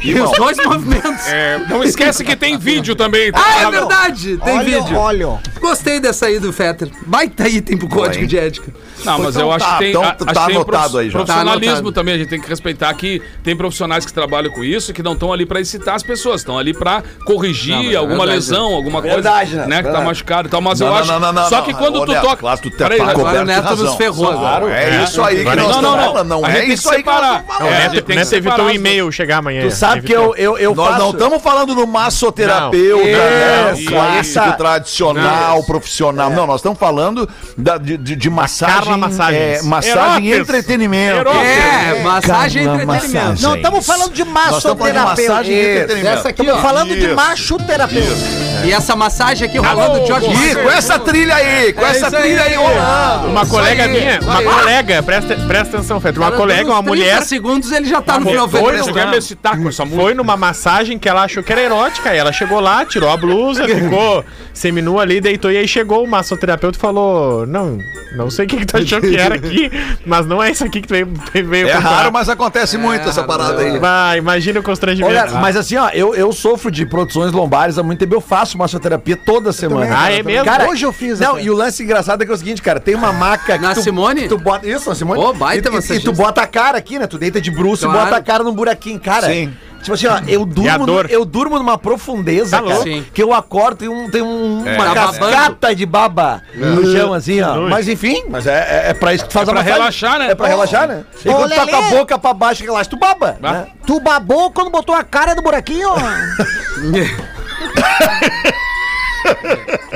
[SPEAKER 4] E
[SPEAKER 3] e
[SPEAKER 4] mão.
[SPEAKER 3] os dois movimentos.
[SPEAKER 7] É, não esquece que tem vídeo também. tá?
[SPEAKER 3] Ah, é verdade! Tem
[SPEAKER 8] Olha,
[SPEAKER 3] vídeo.
[SPEAKER 8] Olha.
[SPEAKER 3] Gostei dessa aí do Fetter. Baita item pro código
[SPEAKER 4] hein?
[SPEAKER 3] de ética.
[SPEAKER 7] Não, mas
[SPEAKER 4] Então
[SPEAKER 7] eu acho
[SPEAKER 4] tá,
[SPEAKER 7] que tem.
[SPEAKER 4] então
[SPEAKER 7] a-
[SPEAKER 4] tá
[SPEAKER 7] acho que tem
[SPEAKER 4] anotado
[SPEAKER 7] prof-
[SPEAKER 4] aí já.
[SPEAKER 3] Tá
[SPEAKER 7] Profissionalismo
[SPEAKER 3] anotado.
[SPEAKER 7] também, a gente tem que respeitar que tem profissionais que trabalham com isso que não estão ali pra excitar as pessoas, estão ali pra corrigir
[SPEAKER 3] Não, mas é
[SPEAKER 7] alguma
[SPEAKER 3] verdade,
[SPEAKER 7] lesão, alguma
[SPEAKER 6] Verdade,
[SPEAKER 7] coisa, né,
[SPEAKER 6] né?
[SPEAKER 7] que tá
[SPEAKER 6] Verdade.
[SPEAKER 7] machucado e tal, mas
[SPEAKER 4] Não,
[SPEAKER 7] eu
[SPEAKER 4] não,
[SPEAKER 7] acho.
[SPEAKER 4] não, não, não,
[SPEAKER 7] só que
[SPEAKER 4] não,
[SPEAKER 7] quando
[SPEAKER 4] olha,
[SPEAKER 7] tu toca.
[SPEAKER 4] claro, tu tá
[SPEAKER 7] Peraí,
[SPEAKER 4] coberto.
[SPEAKER 7] Rafa,
[SPEAKER 3] Agora
[SPEAKER 4] Roberto
[SPEAKER 3] o Neto
[SPEAKER 4] tem
[SPEAKER 3] nos
[SPEAKER 4] razão.
[SPEAKER 3] ferrou agora.
[SPEAKER 4] É isso aí que
[SPEAKER 9] Agora
[SPEAKER 4] nós
[SPEAKER 9] não, não,
[SPEAKER 4] estamos
[SPEAKER 9] não.
[SPEAKER 4] falando, não
[SPEAKER 7] A gente
[SPEAKER 4] é
[SPEAKER 7] tem que
[SPEAKER 4] isso aí que nós
[SPEAKER 7] separar.
[SPEAKER 4] estamos falando.
[SPEAKER 7] É,
[SPEAKER 9] Neto,
[SPEAKER 7] tem que
[SPEAKER 9] Neto
[SPEAKER 7] separar
[SPEAKER 9] evitou um
[SPEAKER 7] as
[SPEAKER 9] e-mail chegar amanhã. né,
[SPEAKER 6] Tu sabe que eu, eu, eu
[SPEAKER 4] Nós não
[SPEAKER 6] faço...
[SPEAKER 4] estamos falando do massoterapeuta, né?
[SPEAKER 7] Isso,
[SPEAKER 4] clássico,
[SPEAKER 6] isso.
[SPEAKER 4] tradicional, profissional. Não, nós estamos falando da- de, de- de massagem,
[SPEAKER 9] Carla Massagens.
[SPEAKER 4] é, massagem e
[SPEAKER 7] Herópes.
[SPEAKER 4] entretenimento.
[SPEAKER 7] Herópes.
[SPEAKER 3] É, massagem e entretenimento.
[SPEAKER 8] Não estamos falando de
[SPEAKER 4] Nós estamos falando de massagem e
[SPEAKER 8] massoterapeuta.
[SPEAKER 4] entretenimento.
[SPEAKER 3] Essa aqui,
[SPEAKER 8] Estamos
[SPEAKER 3] ó.
[SPEAKER 8] falando de
[SPEAKER 4] Isso.
[SPEAKER 8] machoterapeuta.
[SPEAKER 3] E essa massagem aqui rolando de George
[SPEAKER 6] é
[SPEAKER 4] Ih, com
[SPEAKER 3] Michael.
[SPEAKER 4] essa trilha aí, com
[SPEAKER 3] É
[SPEAKER 4] essa
[SPEAKER 3] isso aí.
[SPEAKER 4] trilha aí rolando.
[SPEAKER 9] Uma colega
[SPEAKER 3] aí,
[SPEAKER 9] minha,
[SPEAKER 3] isso
[SPEAKER 9] uma
[SPEAKER 3] aí.
[SPEAKER 9] colega, presta, presta ação, Fetter. Uma colega, uma
[SPEAKER 3] 30
[SPEAKER 9] mulher, tá
[SPEAKER 3] segundos ele já tá no final.
[SPEAKER 7] Foi,
[SPEAKER 3] Foi,
[SPEAKER 7] não quer me excitar com essa música.
[SPEAKER 9] foi numa massagem que ela achou que era erótica. E ela chegou lá, tirou a blusa, ficou seminua ali, deitou. E aí chegou o massoterapeuta e falou: Não, não sei o que, que tu achou que era aqui, mas não é isso aqui que tu veio, veio
[SPEAKER 4] É
[SPEAKER 9] comprar."
[SPEAKER 4] raro, mas
[SPEAKER 6] É,
[SPEAKER 4] acontece muito essa parada aí.
[SPEAKER 9] Vai, imagina o constrangimento.
[SPEAKER 6] Olha, mas assim, ó, eu, eu sofro de produções lombares há muito tempo. Eu faço massoterapia toda semana.
[SPEAKER 9] Ah, é mesmo?
[SPEAKER 6] Cara,
[SPEAKER 8] Hoje eu fiz
[SPEAKER 6] Não,
[SPEAKER 8] até.
[SPEAKER 6] e o lance engraçado é que é o seguinte, cara, tem uma maca que
[SPEAKER 3] Na
[SPEAKER 6] tu,
[SPEAKER 3] Simone?
[SPEAKER 6] que tu bota isso, na Simone.
[SPEAKER 3] Ô, baita
[SPEAKER 6] e, e- e,
[SPEAKER 3] massagista.
[SPEAKER 6] tu bota a cara aqui, né? Tu deita de bruxo e
[SPEAKER 3] Claro.
[SPEAKER 6] bota a cara num buraquinho, cara.
[SPEAKER 4] Sim.
[SPEAKER 6] Tipo assim, ó, eu
[SPEAKER 9] a
[SPEAKER 6] durmo,
[SPEAKER 9] dor?
[SPEAKER 6] no- eu durmo numa profundeza,
[SPEAKER 9] Tá
[SPEAKER 6] cara,
[SPEAKER 9] louco.
[SPEAKER 3] Sim.
[SPEAKER 6] que eu acordo e um, tem um- uma
[SPEAKER 3] Tá babando.
[SPEAKER 6] cascata de baba
[SPEAKER 4] É.
[SPEAKER 6] no chão, assim, ó.
[SPEAKER 9] Ui.
[SPEAKER 6] Mas enfim, mas é, é, é pra isso que tu faz
[SPEAKER 7] É
[SPEAKER 6] a
[SPEAKER 7] pra
[SPEAKER 6] massagem.
[SPEAKER 7] relaxar, né?
[SPEAKER 6] É pra relaxar, né? E
[SPEAKER 8] Ô,
[SPEAKER 6] quando tu tá com a
[SPEAKER 8] Lelê.
[SPEAKER 6] boca pra baixo e relaxa, tu baba,
[SPEAKER 7] Ah.
[SPEAKER 6] né?
[SPEAKER 8] Tu babou quando botou a cara no buraquinho?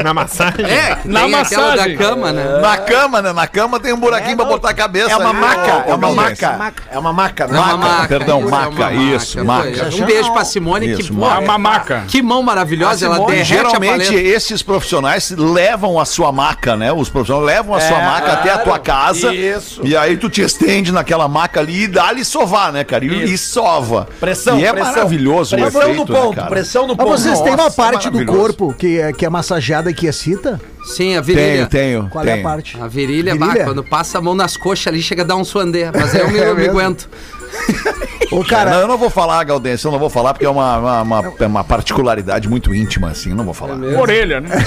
[SPEAKER 9] Na massagem.
[SPEAKER 3] É, que
[SPEAKER 7] Na
[SPEAKER 3] tem aquela da
[SPEAKER 7] massagem.
[SPEAKER 3] cama, né?
[SPEAKER 4] Na cama, né? Na cama tem um buraquinho pra botar a cabeça. né?
[SPEAKER 6] É uma
[SPEAKER 4] ali,
[SPEAKER 6] maca,
[SPEAKER 4] ô,
[SPEAKER 6] é uma
[SPEAKER 4] ô,
[SPEAKER 6] maca. É uma maca, né?
[SPEAKER 3] É uma maca,
[SPEAKER 4] perdão,
[SPEAKER 3] isso, é uma
[SPEAKER 4] maca, isso,
[SPEAKER 3] foi.
[SPEAKER 4] maca.
[SPEAKER 3] Um beijo pra Simone, que,
[SPEAKER 4] Isso,
[SPEAKER 3] pô,
[SPEAKER 7] A
[SPEAKER 4] maca.
[SPEAKER 7] mamaca.
[SPEAKER 3] que mão maravilhosa, ela
[SPEAKER 4] Bom, e
[SPEAKER 3] derrete a
[SPEAKER 4] geralmente
[SPEAKER 3] paleta.
[SPEAKER 4] esses profissionais levam a sua maca, né? Os profissionais levam a sua maca até a tua casa.
[SPEAKER 6] Isso.
[SPEAKER 4] E aí tu te estende naquela maca ali e dá-lhe sovar, né, cara? E, e sova.
[SPEAKER 6] Pressão,
[SPEAKER 4] E é
[SPEAKER 6] pressão.
[SPEAKER 4] maravilhoso o
[SPEAKER 6] Pressão no
[SPEAKER 4] efeito, né,
[SPEAKER 6] ponto,
[SPEAKER 4] cara?
[SPEAKER 6] pressão no
[SPEAKER 8] Mas
[SPEAKER 6] ponto.
[SPEAKER 8] vocês têm uma
[SPEAKER 4] nossa, é
[SPEAKER 8] parte do
[SPEAKER 4] maravilhoso.
[SPEAKER 8] corpo que é, que é massageada e que excita?
[SPEAKER 3] Sim,
[SPEAKER 4] Tenho,
[SPEAKER 3] a virilha.
[SPEAKER 4] tenho,
[SPEAKER 8] Qual é a
[SPEAKER 4] tenho.
[SPEAKER 8] parte?
[SPEAKER 3] A virilha,
[SPEAKER 8] Virilha?
[SPEAKER 3] bah, quando passa a mão nas coxas ali, chega a dar um suandê. Mas eu me,
[SPEAKER 8] É
[SPEAKER 3] eu me
[SPEAKER 8] mesmo?
[SPEAKER 3] aguento.
[SPEAKER 8] Ô,
[SPEAKER 4] Não,
[SPEAKER 8] cara,
[SPEAKER 4] eu não vou falar, Gaudense, eu não vou falar porque é uma, uma, uma- é uma particularidade muito íntima, assim, eu não vou falar.
[SPEAKER 7] Orelha, né?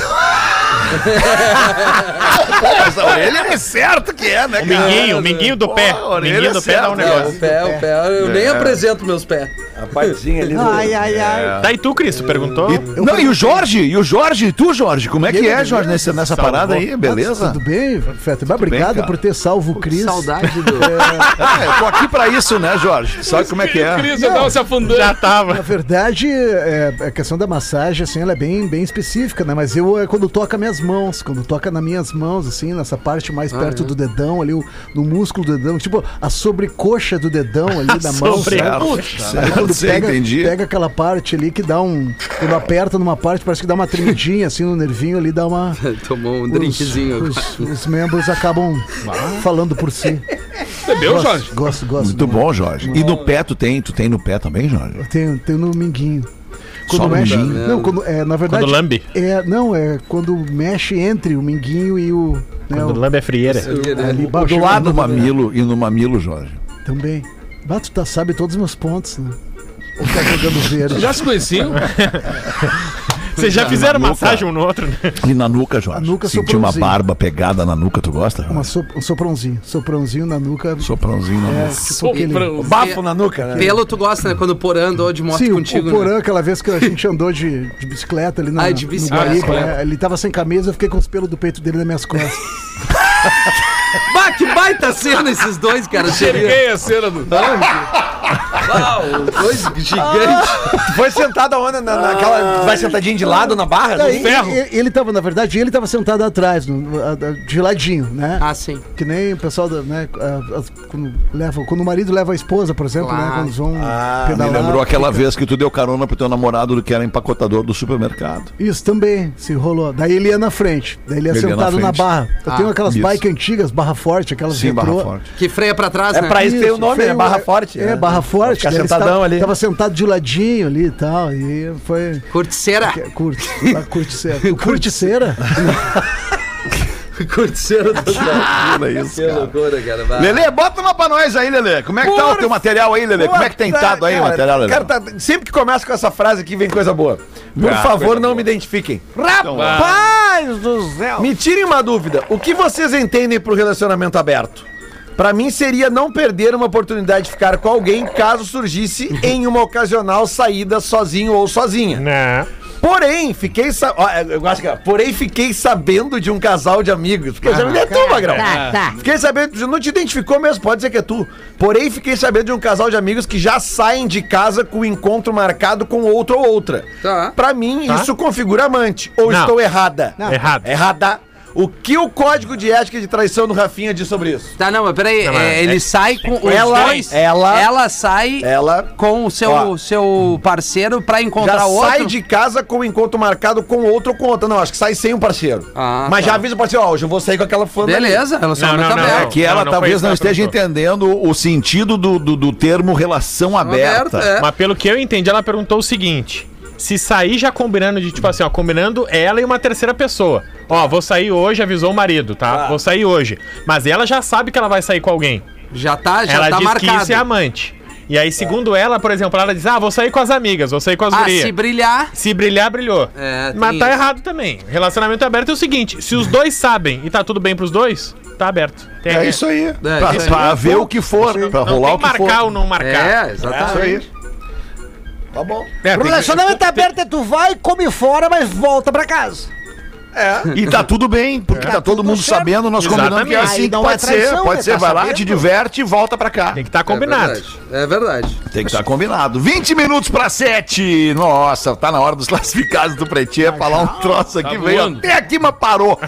[SPEAKER 4] Mas a orelha é certo que é, né,
[SPEAKER 9] O minguinho, o minguinho do pé.
[SPEAKER 4] Pô, a
[SPEAKER 9] O
[SPEAKER 4] orelha
[SPEAKER 9] minguinho do
[SPEAKER 4] é
[SPEAKER 9] pé dá
[SPEAKER 4] certo,
[SPEAKER 9] um
[SPEAKER 4] né?
[SPEAKER 9] negócio.
[SPEAKER 3] pé, o pé. Eu nem apresento meus pés.
[SPEAKER 6] A partezinha ali do...
[SPEAKER 10] Ai,
[SPEAKER 4] É,
[SPEAKER 10] ai,
[SPEAKER 3] É.
[SPEAKER 10] ai.
[SPEAKER 9] Tá, e tu, Cris, tu perguntou?
[SPEAKER 4] E- não, e o Jorge? E o Jorge? E tu, Jorge? Como é que é, Jorge, nesse- nessa
[SPEAKER 9] Salvou.
[SPEAKER 4] parada aí? Beleza?
[SPEAKER 8] Tudo bem, Feta? Mas
[SPEAKER 4] bem,
[SPEAKER 8] obrigado
[SPEAKER 4] cara.
[SPEAKER 8] por ter salvo o Cris.
[SPEAKER 3] Saudade do.
[SPEAKER 4] É, eu tô aqui pra isso, né, Jorge? Sabe como é que é?
[SPEAKER 7] Cris, eu tava então, se afundando.
[SPEAKER 9] Já
[SPEAKER 8] Na
[SPEAKER 9] tava.
[SPEAKER 8] verdade, é, a questão da massagem, assim, ela é bem, bem específica, né? Mas eu, é quando toca minhas mãos, quando toca nas minhas mãos, assim, nessa parte
[SPEAKER 3] Ah,
[SPEAKER 8] mais
[SPEAKER 3] é.
[SPEAKER 8] perto do dedão ali, o- no músculo do dedão, tipo a sobrecoxa do dedão ali da mão.
[SPEAKER 9] Sobre-
[SPEAKER 8] sabe? Aí
[SPEAKER 4] Certo,
[SPEAKER 8] quando
[SPEAKER 4] Sim,
[SPEAKER 8] pega,
[SPEAKER 4] entendi.
[SPEAKER 8] pega aquela parte ali que dá um. Quando aperta numa parte, parece que dá uma tremidinha assim no nervinho ali, dá uma.
[SPEAKER 3] Tomou um drinkzinho.
[SPEAKER 8] Os, os- os membros acabam falando por si.
[SPEAKER 7] Bebeu,
[SPEAKER 8] Gosto,
[SPEAKER 7] Jorge?
[SPEAKER 8] Gosto, gosto.
[SPEAKER 4] Ah. Muito bom, Jorge. E no pé tu tem? Tu tem no pé também, Jorge?
[SPEAKER 8] Eu tenho, tenho no minguinho.
[SPEAKER 4] Só no
[SPEAKER 8] mexe,
[SPEAKER 4] minguinho? né?
[SPEAKER 8] Não, quando, é, na verdade.
[SPEAKER 9] Quando lambe.
[SPEAKER 8] É, não, é quando mexe entre o minguinho e o. Né,
[SPEAKER 9] Quando
[SPEAKER 8] o
[SPEAKER 9] lambe é frieira.
[SPEAKER 8] ali
[SPEAKER 4] Do
[SPEAKER 8] baixo,
[SPEAKER 4] lado do mamilo e no mamilo, Jorge.
[SPEAKER 8] Também. Bato, tá, sabe todos os meus pontos, né? Ou tá jogando verde.
[SPEAKER 7] Já se conheciam?
[SPEAKER 9] Vocês
[SPEAKER 3] tá
[SPEAKER 9] já fizeram
[SPEAKER 4] Maluca.
[SPEAKER 9] massagem um no outro, né?
[SPEAKER 4] E na nuca, Jorge.
[SPEAKER 8] A nuca
[SPEAKER 4] Sentir uma
[SPEAKER 8] soprãozinho.
[SPEAKER 4] barba pegada na nuca, tu gosta,
[SPEAKER 8] Uma
[SPEAKER 4] Jorge?
[SPEAKER 8] so, um soprãozinho. Soprãozinho na nuca.
[SPEAKER 4] Soprãozinho na
[SPEAKER 8] é,
[SPEAKER 4] nuca.
[SPEAKER 8] tipo aquele.
[SPEAKER 7] Soprão.
[SPEAKER 6] Bafo na nuca, né?
[SPEAKER 3] Pelo tu gosta, né? Quando o Porã andou de moto
[SPEAKER 8] Sim, o-
[SPEAKER 3] contigo.
[SPEAKER 8] o
[SPEAKER 3] né?
[SPEAKER 8] Porã, aquela vez que a gente andou de, de bicicleta ali na,
[SPEAKER 3] Ah, de bicicleta.
[SPEAKER 8] no Guaíba,
[SPEAKER 7] Ah,
[SPEAKER 8] né? ele tava sem camisa, eu fiquei com os pelos do peito dele nas minhas costas.
[SPEAKER 3] Bah, que baita cena esses dois, cara. Seria.
[SPEAKER 7] Cheguei a cena do...
[SPEAKER 3] Uau, dois gigantes.
[SPEAKER 6] Foi sentada onda na,
[SPEAKER 4] Ah.
[SPEAKER 6] naquela. Vai sentadinho de lado na barra?
[SPEAKER 8] Daí,
[SPEAKER 7] ferro.
[SPEAKER 8] ele, ele tava, na verdade, ele tava sentado atrás, no- no- a- a- de ladinho, né?
[SPEAKER 3] Ah, sim.
[SPEAKER 8] Que nem o pessoal, da, né? a- a- quando, leva, quando o marido leva a esposa, por exemplo,
[SPEAKER 3] Claro.
[SPEAKER 8] né? Quando eles vão
[SPEAKER 4] Ah, Me
[SPEAKER 8] pedalar.
[SPEAKER 4] lembrou aquela vez que tu deu carona pro teu namorado que era empacotador do supermercado.
[SPEAKER 8] Isso também se rolou. Daí ele ia na frente, daí ele ia
[SPEAKER 4] Ele ia na
[SPEAKER 8] sentado na,
[SPEAKER 4] frente.
[SPEAKER 8] barra. Eu
[SPEAKER 3] Ah,
[SPEAKER 8] tenho aquelas
[SPEAKER 4] isso.
[SPEAKER 8] bike antigas, barra forte, aquelas
[SPEAKER 4] Sim, barra
[SPEAKER 8] retrô.
[SPEAKER 4] forte.
[SPEAKER 3] Que freia pra trás, né?
[SPEAKER 6] pra isso tem o nome,
[SPEAKER 8] foi
[SPEAKER 6] né? Barra Forte,
[SPEAKER 8] É,
[SPEAKER 6] né?
[SPEAKER 8] barra forte.
[SPEAKER 6] Ficar
[SPEAKER 8] daí ele
[SPEAKER 6] sentadão
[SPEAKER 8] tava,
[SPEAKER 6] ali.
[SPEAKER 8] Tava sentado de ladinho ali e tal. E foi.
[SPEAKER 3] Corticeira.
[SPEAKER 8] que- Curte, tá, curticeira. O curticeira?
[SPEAKER 3] Corticeira do
[SPEAKER 4] Olha isso, cara.
[SPEAKER 3] loucura, cara. vai.
[SPEAKER 4] Lelê, bota uma pra nós aí, Lelê. Como é que tá o teu material aí, Lelê? Como é que tem tado aí o material, Lelê?
[SPEAKER 6] Cara, tá- sempre que começa com essa frase aqui vem coisa boa. Por
[SPEAKER 4] Ah,
[SPEAKER 6] favor,
[SPEAKER 4] coisa
[SPEAKER 6] não
[SPEAKER 4] boa.
[SPEAKER 6] me identifiquem.
[SPEAKER 10] Rapaz do céu.
[SPEAKER 6] Então Me tirem uma dúvida. O que vocês entendem pro relacionamento aberto? Pra mim seria não perder uma oportunidade de ficar com alguém caso surgisse em uma ocasional saída sozinho ou sozinha.
[SPEAKER 9] Não.
[SPEAKER 6] Porém, fiquei sa... ó, eu acho que é, Porém, fiquei sabendo de um casal de amigos. Fiquei
[SPEAKER 9] Ah,
[SPEAKER 6] sabendo que é tu, Magrão.
[SPEAKER 9] Tá,
[SPEAKER 6] Fiquei sabendo, não te identificou mesmo, pode ser que é tu. Porém, fiquei sabendo de um casal de amigos que já saem de casa com o encontro marcado com outro ou outra.
[SPEAKER 3] Tá.
[SPEAKER 6] Pra mim,
[SPEAKER 9] Tá.
[SPEAKER 6] isso configura amante. Ou
[SPEAKER 9] Não.
[SPEAKER 6] estou errada?
[SPEAKER 9] Errado.
[SPEAKER 6] Errada. O que o código de ética de traição do Rafinha diz sobre isso?
[SPEAKER 3] Tá, não, mas peraí.
[SPEAKER 9] Não, mas
[SPEAKER 3] é, ele
[SPEAKER 9] é-
[SPEAKER 3] sai com os
[SPEAKER 6] Ela-
[SPEAKER 3] dois.
[SPEAKER 6] ela-
[SPEAKER 3] ela sai
[SPEAKER 6] Ela
[SPEAKER 3] com o seu,
[SPEAKER 6] Ó.
[SPEAKER 3] seu parceiro pra encontrar
[SPEAKER 6] já
[SPEAKER 3] outro.
[SPEAKER 6] sai de casa com o encontro marcado com outro ou com outra. Não, acho que sai sem um parceiro.
[SPEAKER 3] Ah,
[SPEAKER 6] Mas
[SPEAKER 3] tá.
[SPEAKER 6] já avisa o parceiro, ó, hoje eu vou sair com aquela fulana. ali.
[SPEAKER 3] Beleza, relacionamento
[SPEAKER 9] Não, não, não,
[SPEAKER 3] aberto.
[SPEAKER 4] É que ela
[SPEAKER 9] Não, não foi
[SPEAKER 4] talvez
[SPEAKER 9] isso que
[SPEAKER 4] não
[SPEAKER 9] ela
[SPEAKER 4] esteja
[SPEAKER 9] perguntou.
[SPEAKER 4] entendendo o sentido do, do, do termo relação aberta.
[SPEAKER 3] Aberto, é.
[SPEAKER 9] Mas pelo que eu entendi, ela perguntou o seguinte: se sair já combinando de tipo assim, ó, combinando ela e uma terceira pessoa. Ó, vou sair hoje, avisou o marido,
[SPEAKER 3] Ah.
[SPEAKER 9] tá? Vou sair hoje. Mas ela já sabe que ela vai sair com alguém.
[SPEAKER 3] Já tá, já
[SPEAKER 9] ela
[SPEAKER 3] tá
[SPEAKER 9] diz que
[SPEAKER 3] marcado.
[SPEAKER 9] isso é amante. E aí, segundo ela, por exemplo, ela diz: "Ah, vou sair com as amigas, vou sair com as
[SPEAKER 3] Ah,
[SPEAKER 9] gurias".
[SPEAKER 3] se brilhar.
[SPEAKER 9] Se brilhar, brilhou.
[SPEAKER 3] É, tem
[SPEAKER 9] Mas tá
[SPEAKER 3] isso.
[SPEAKER 9] errado também. Relacionamento aberto é o seguinte: se os dois sabem e tá tudo bem pros dois, tá aberto. Tem-
[SPEAKER 4] É isso aí.
[SPEAKER 3] É,
[SPEAKER 4] pra
[SPEAKER 3] isso aí.
[SPEAKER 4] pra ver o que for, pra
[SPEAKER 9] Não
[SPEAKER 4] rolar
[SPEAKER 9] tem
[SPEAKER 4] o que
[SPEAKER 9] marcar ou
[SPEAKER 4] for.
[SPEAKER 9] não marcar.
[SPEAKER 3] É, exatamente.
[SPEAKER 4] Isso aí. Tá bom.
[SPEAKER 9] É,
[SPEAKER 10] O
[SPEAKER 9] tem que-
[SPEAKER 10] relacionamento aberto é tu vai, come fora, mas volta pra casa.
[SPEAKER 4] E tá tudo bem, porque tá todo mundo
[SPEAKER 10] certo.
[SPEAKER 4] sabendo, nós combinamos que é
[SPEAKER 9] Exatamente.
[SPEAKER 4] assim
[SPEAKER 10] Aí
[SPEAKER 4] que
[SPEAKER 10] não é
[SPEAKER 4] pode ser.
[SPEAKER 10] traição, né?
[SPEAKER 4] Pode ser,
[SPEAKER 10] Tá
[SPEAKER 4] vai lá,
[SPEAKER 10] sabendo.
[SPEAKER 4] te diverte e volta pra cá.
[SPEAKER 9] Tem que estar
[SPEAKER 3] É
[SPEAKER 9] combinado.
[SPEAKER 3] verdade, É verdade.
[SPEAKER 4] Tem que estar combinado. 20 minutos para 7. Nossa, tá na hora dos classificados do Pretinho falar um troço aqui, veio
[SPEAKER 7] voando.
[SPEAKER 4] até aqui, mas parou.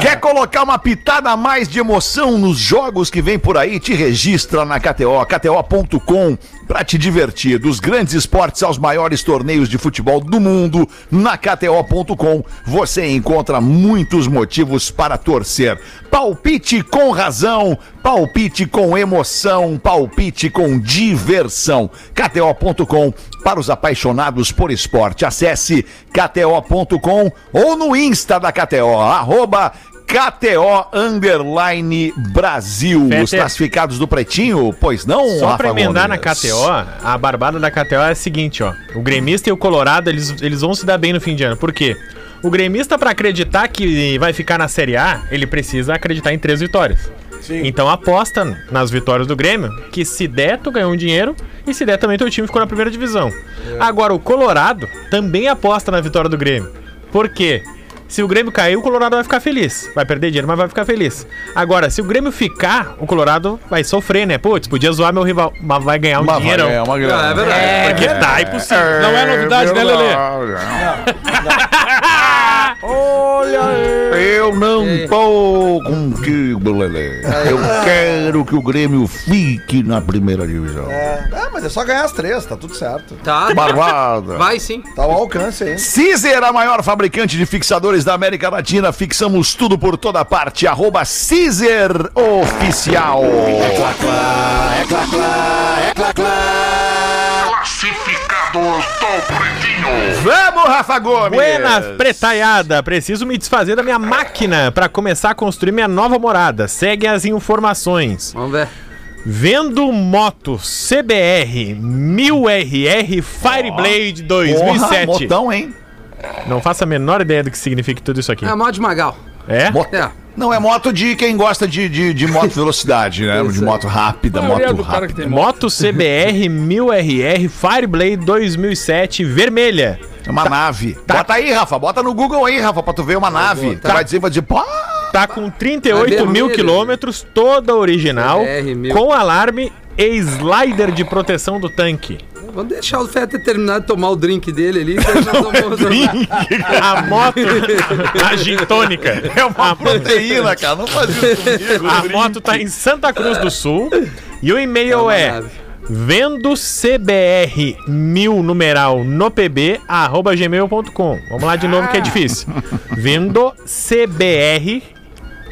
[SPEAKER 4] Quer colocar uma pitada a mais de emoção nos jogos que vem por aí? Te registra na KTO, kto.com, para te divertir dos grandes esportes aos maiores torneios de futebol do mundo. Na kto.com você encontra muitos motivos para torcer. Palpite com razão, palpite com emoção, palpite com diversão. KTO.com para os apaixonados por esporte. Acesse KTO.com ou no Insta da KTO, arroba KTO Underline Brasil.
[SPEAKER 9] Peter.
[SPEAKER 4] Os classificados do Pretinho, pois não,
[SPEAKER 9] Só
[SPEAKER 4] Rafa
[SPEAKER 9] pra emendar na
[SPEAKER 4] Gomes?
[SPEAKER 9] KTO, a barbada da KTO é a seguinte, ó. O gremista e o Colorado, eles, eles vão se dar bem no fim de ano. Por quê? O gremista, pra acreditar que vai ficar na Série A, ele precisa acreditar em três vitórias. Então aposta nas vitórias do Grêmio, que se der, tu ganhou um dinheiro, e se der também teu time ficou na primeira divisão. Agora, o Colorado também aposta na vitória do Grêmio. Por quê? Se o Grêmio cair, o Colorado vai ficar feliz. Vai perder dinheiro, mas vai ficar feliz. Agora, se o Grêmio ficar, o Colorado vai sofrer, né? Putz, podia zoar meu rival, mas vai ganhar um
[SPEAKER 6] Ah,
[SPEAKER 4] Uma
[SPEAKER 9] dinheiro.
[SPEAKER 4] vaga, é uma grana.
[SPEAKER 3] é verdade.
[SPEAKER 9] Porque tá impossível.
[SPEAKER 7] Não é novidade, né, Lelê?
[SPEAKER 4] Eu não tô contigo, Lelê. Eu quero que o Grêmio fique na primeira divisão.
[SPEAKER 6] Ah, mas é só ganhar as três, tá tudo certo.
[SPEAKER 3] Tá,
[SPEAKER 4] Barbada.
[SPEAKER 3] vai sim.
[SPEAKER 6] Tá ao alcance aí.
[SPEAKER 4] Cizer, a maior fabricante de fixadores da América Latina. Fixamos tudo por toda parte. Arroba Cizer Oficial.
[SPEAKER 1] Classificados do Pretinho.
[SPEAKER 4] Vamos, Rafa Gomes.
[SPEAKER 9] Buenas, pretaiada! Preciso me desfazer da minha máquina para começar a construir minha nova morada. Segue as informações.
[SPEAKER 3] Vamos ver.
[SPEAKER 9] Vendo moto CBR 1000RR Fireblade
[SPEAKER 4] Porra,
[SPEAKER 9] 2007.
[SPEAKER 4] motão, hein?
[SPEAKER 9] Não faço a menor ideia do que significa tudo isso aqui.
[SPEAKER 3] É a mod Magal.
[SPEAKER 9] É?
[SPEAKER 4] Mot-
[SPEAKER 3] É.
[SPEAKER 4] Não, é moto de quem gosta de, de, de moto velocidade, né? De moto rápida,
[SPEAKER 7] A maioria
[SPEAKER 4] moto
[SPEAKER 7] do cara que
[SPEAKER 4] rápida.
[SPEAKER 7] tem moto.
[SPEAKER 9] Moto CBR 1000RR Fireblade 2007 vermelha.
[SPEAKER 4] É uma nave. Bota aí, Rafa. Bota no Google aí, Rafa, pra tu ver uma nave. Tu vai dizer, vai dizer, pá!
[SPEAKER 9] Tá com 38
[SPEAKER 3] vermelha,
[SPEAKER 9] mil
[SPEAKER 3] né?
[SPEAKER 9] quilômetros, toda original,
[SPEAKER 3] CBR 1000.
[SPEAKER 9] com alarme e slider de proteção do tanque.
[SPEAKER 3] Vamos deixar o Fetter terminar de tomar o drink dele ali. que aí nós vamos resolver.
[SPEAKER 9] A moto, a gintônica. É uma
[SPEAKER 4] Proteína, né, cara. Não faz isso comigo.
[SPEAKER 9] A moto tá em Santa Cruz do Sul e o e-mail
[SPEAKER 3] uma
[SPEAKER 9] é
[SPEAKER 3] nave.
[SPEAKER 9] vendo CBR 1000 numeral no pb arroba gmail.com. Vamos lá de novo que é difícil. Vendo CBR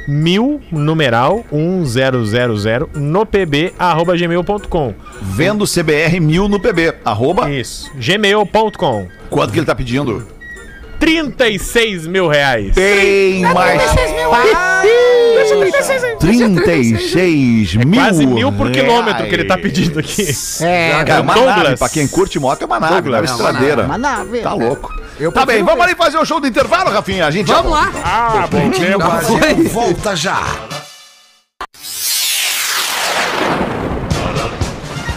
[SPEAKER 9] 1000 numeral 1000 no pb arroba gmail.com.
[SPEAKER 4] Vendo CBR 1000 no PB.
[SPEAKER 9] Ah.
[SPEAKER 4] Arroba.
[SPEAKER 9] Isso, gmail.com.
[SPEAKER 4] Quanto que ele tá pedindo?
[SPEAKER 9] 36 mil reais.
[SPEAKER 4] Tem mais. 36 mil.
[SPEAKER 9] É Quase mil por
[SPEAKER 4] reais.
[SPEAKER 9] quilômetro que ele tá pedindo aqui.
[SPEAKER 8] É,
[SPEAKER 4] Cara, é uma
[SPEAKER 9] Douglas.
[SPEAKER 4] nave. Pra quem curte moto, é uma nave.
[SPEAKER 9] Douglas.
[SPEAKER 4] Nave estradeira.
[SPEAKER 8] uma nave.
[SPEAKER 4] Tá louco. tá bem, vamos ali fazer o show do intervalo, Rafinha. A gente já
[SPEAKER 3] Vamos
[SPEAKER 4] volta.
[SPEAKER 3] lá.
[SPEAKER 9] Ah, bom
[SPEAKER 4] É
[SPEAKER 9] tempo.
[SPEAKER 3] Foi.
[SPEAKER 1] Volta já.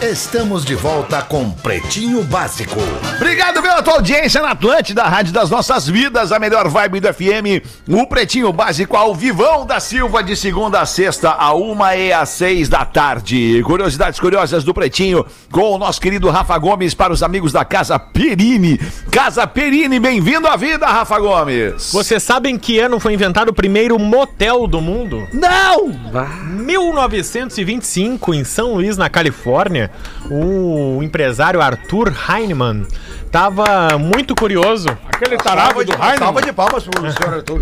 [SPEAKER 1] Estamos de volta com Pretinho Básico.
[SPEAKER 4] Obrigado pela tua audiência na Atlântida, a Rádio das Nossas Vidas, a melhor vibe do FM, o Pretinho Básico ao Vivão da Silva, de segunda a sexta, a uma e às seis da tarde. Curiosidades curiosas do Pretinho, com o nosso querido Rafa Gomes para os amigos da Casa Perini. Casa Perini, bem-vindo à vida, Rafa Gomes.
[SPEAKER 9] Vocês sabem que ano foi inventado o primeiro motel do mundo?
[SPEAKER 4] Não!
[SPEAKER 9] 1925, em São Luís, na Califórnia, o empresário Arthur Heinemann estava muito curioso.
[SPEAKER 7] Aquele tarado do né?
[SPEAKER 6] Salva
[SPEAKER 7] Heinz.
[SPEAKER 6] de palmas pro senhor Arthur.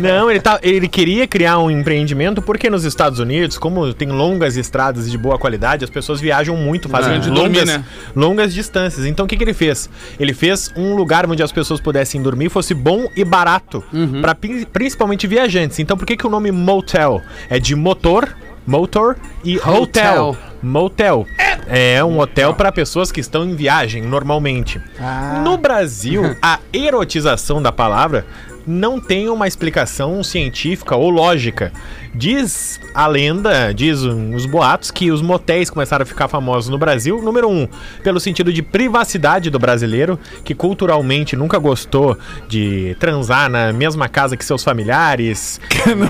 [SPEAKER 9] Não, ele, tá, ele queria criar um empreendimento porque nos Estados Unidos, como tem longas estradas de boa qualidade, as pessoas viajam muito, fazem
[SPEAKER 7] É. De
[SPEAKER 9] longas,
[SPEAKER 7] dormir, né?
[SPEAKER 9] longas distâncias. Então o que, que ele fez? Ele fez um lugar onde as pessoas pudessem dormir, fosse bom e barato,
[SPEAKER 7] Uhum.
[SPEAKER 9] pra prin- principalmente viajantes. Então por que, que o nome motel é de motor, motor e hotel?
[SPEAKER 3] Hotel.
[SPEAKER 9] Motel. É um hotel para pessoas que estão em viagem, normalmente.
[SPEAKER 4] Ah.
[SPEAKER 9] No Brasil, a erotização da palavra não tem uma explicação científica ou lógica. Diz a lenda, diz um- os boatos, que os motéis começaram a ficar famosos no Brasil, número um, pelo sentido de privacidade do brasileiro, que culturalmente nunca gostou de transar na mesma casa que seus familiares,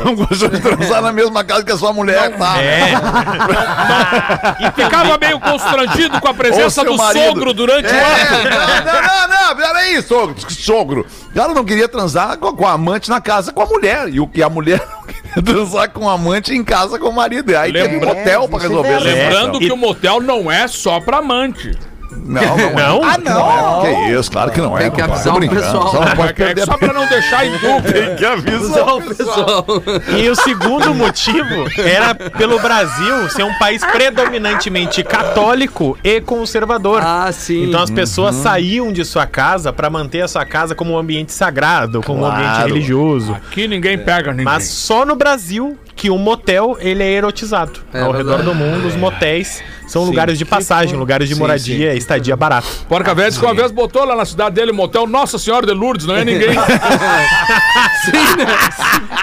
[SPEAKER 4] Não gostou de transar na mesma casa que a sua mulher, tá?
[SPEAKER 9] é,
[SPEAKER 7] E ficava meio constrangido com a
[SPEAKER 9] é
[SPEAKER 7] presença
[SPEAKER 4] Ou seu
[SPEAKER 7] do
[SPEAKER 4] marido.
[SPEAKER 7] sogro durante o ano.
[SPEAKER 4] É, não, não, não, peraí, sogro. sogro. O cara não queria transar com, com a amante na casa com a mulher. E o que a mulher não queria transar com a amante em casa com o marido. E Aí teve um
[SPEAKER 7] Lembra-
[SPEAKER 4] hotel pra resolver. essa
[SPEAKER 7] Lembrando
[SPEAKER 9] É.
[SPEAKER 7] que o motel não é só pra amante.
[SPEAKER 4] Não, não,
[SPEAKER 9] Não?
[SPEAKER 4] É. Ah, não. Que isso, claro que não é.
[SPEAKER 3] Tem que
[SPEAKER 4] compadre.
[SPEAKER 3] avisar
[SPEAKER 4] Tô
[SPEAKER 3] o
[SPEAKER 4] brincando,
[SPEAKER 3] pessoal.
[SPEAKER 4] Só não pode
[SPEAKER 7] É
[SPEAKER 4] perder.
[SPEAKER 7] só pra não deixar em dúvida.
[SPEAKER 4] Tem que avisar o
[SPEAKER 3] Pessoal.
[SPEAKER 9] E o segundo motivo era pelo Brasil ser um país predominantemente católico e conservador.
[SPEAKER 3] Ah, sim.
[SPEAKER 9] Então as pessoas saíam de sua casa para manter a sua casa como um ambiente sagrado, como um ambiente
[SPEAKER 4] Claro.
[SPEAKER 9] religioso.
[SPEAKER 7] Aqui ninguém pega ninguém.
[SPEAKER 9] Mas só no Brasil que um motel ele é erotizado.
[SPEAKER 3] É
[SPEAKER 9] Ao redor
[SPEAKER 3] verdade.
[SPEAKER 9] do mundo, os motéis são lugares de passagem, lugares de moradia, estadia barata.
[SPEAKER 7] Porca velha disse que uma vez botou lá na cidade dele um motel Nossa Senhora de Lourdes, não é ninguém.
[SPEAKER 3] Sim, né?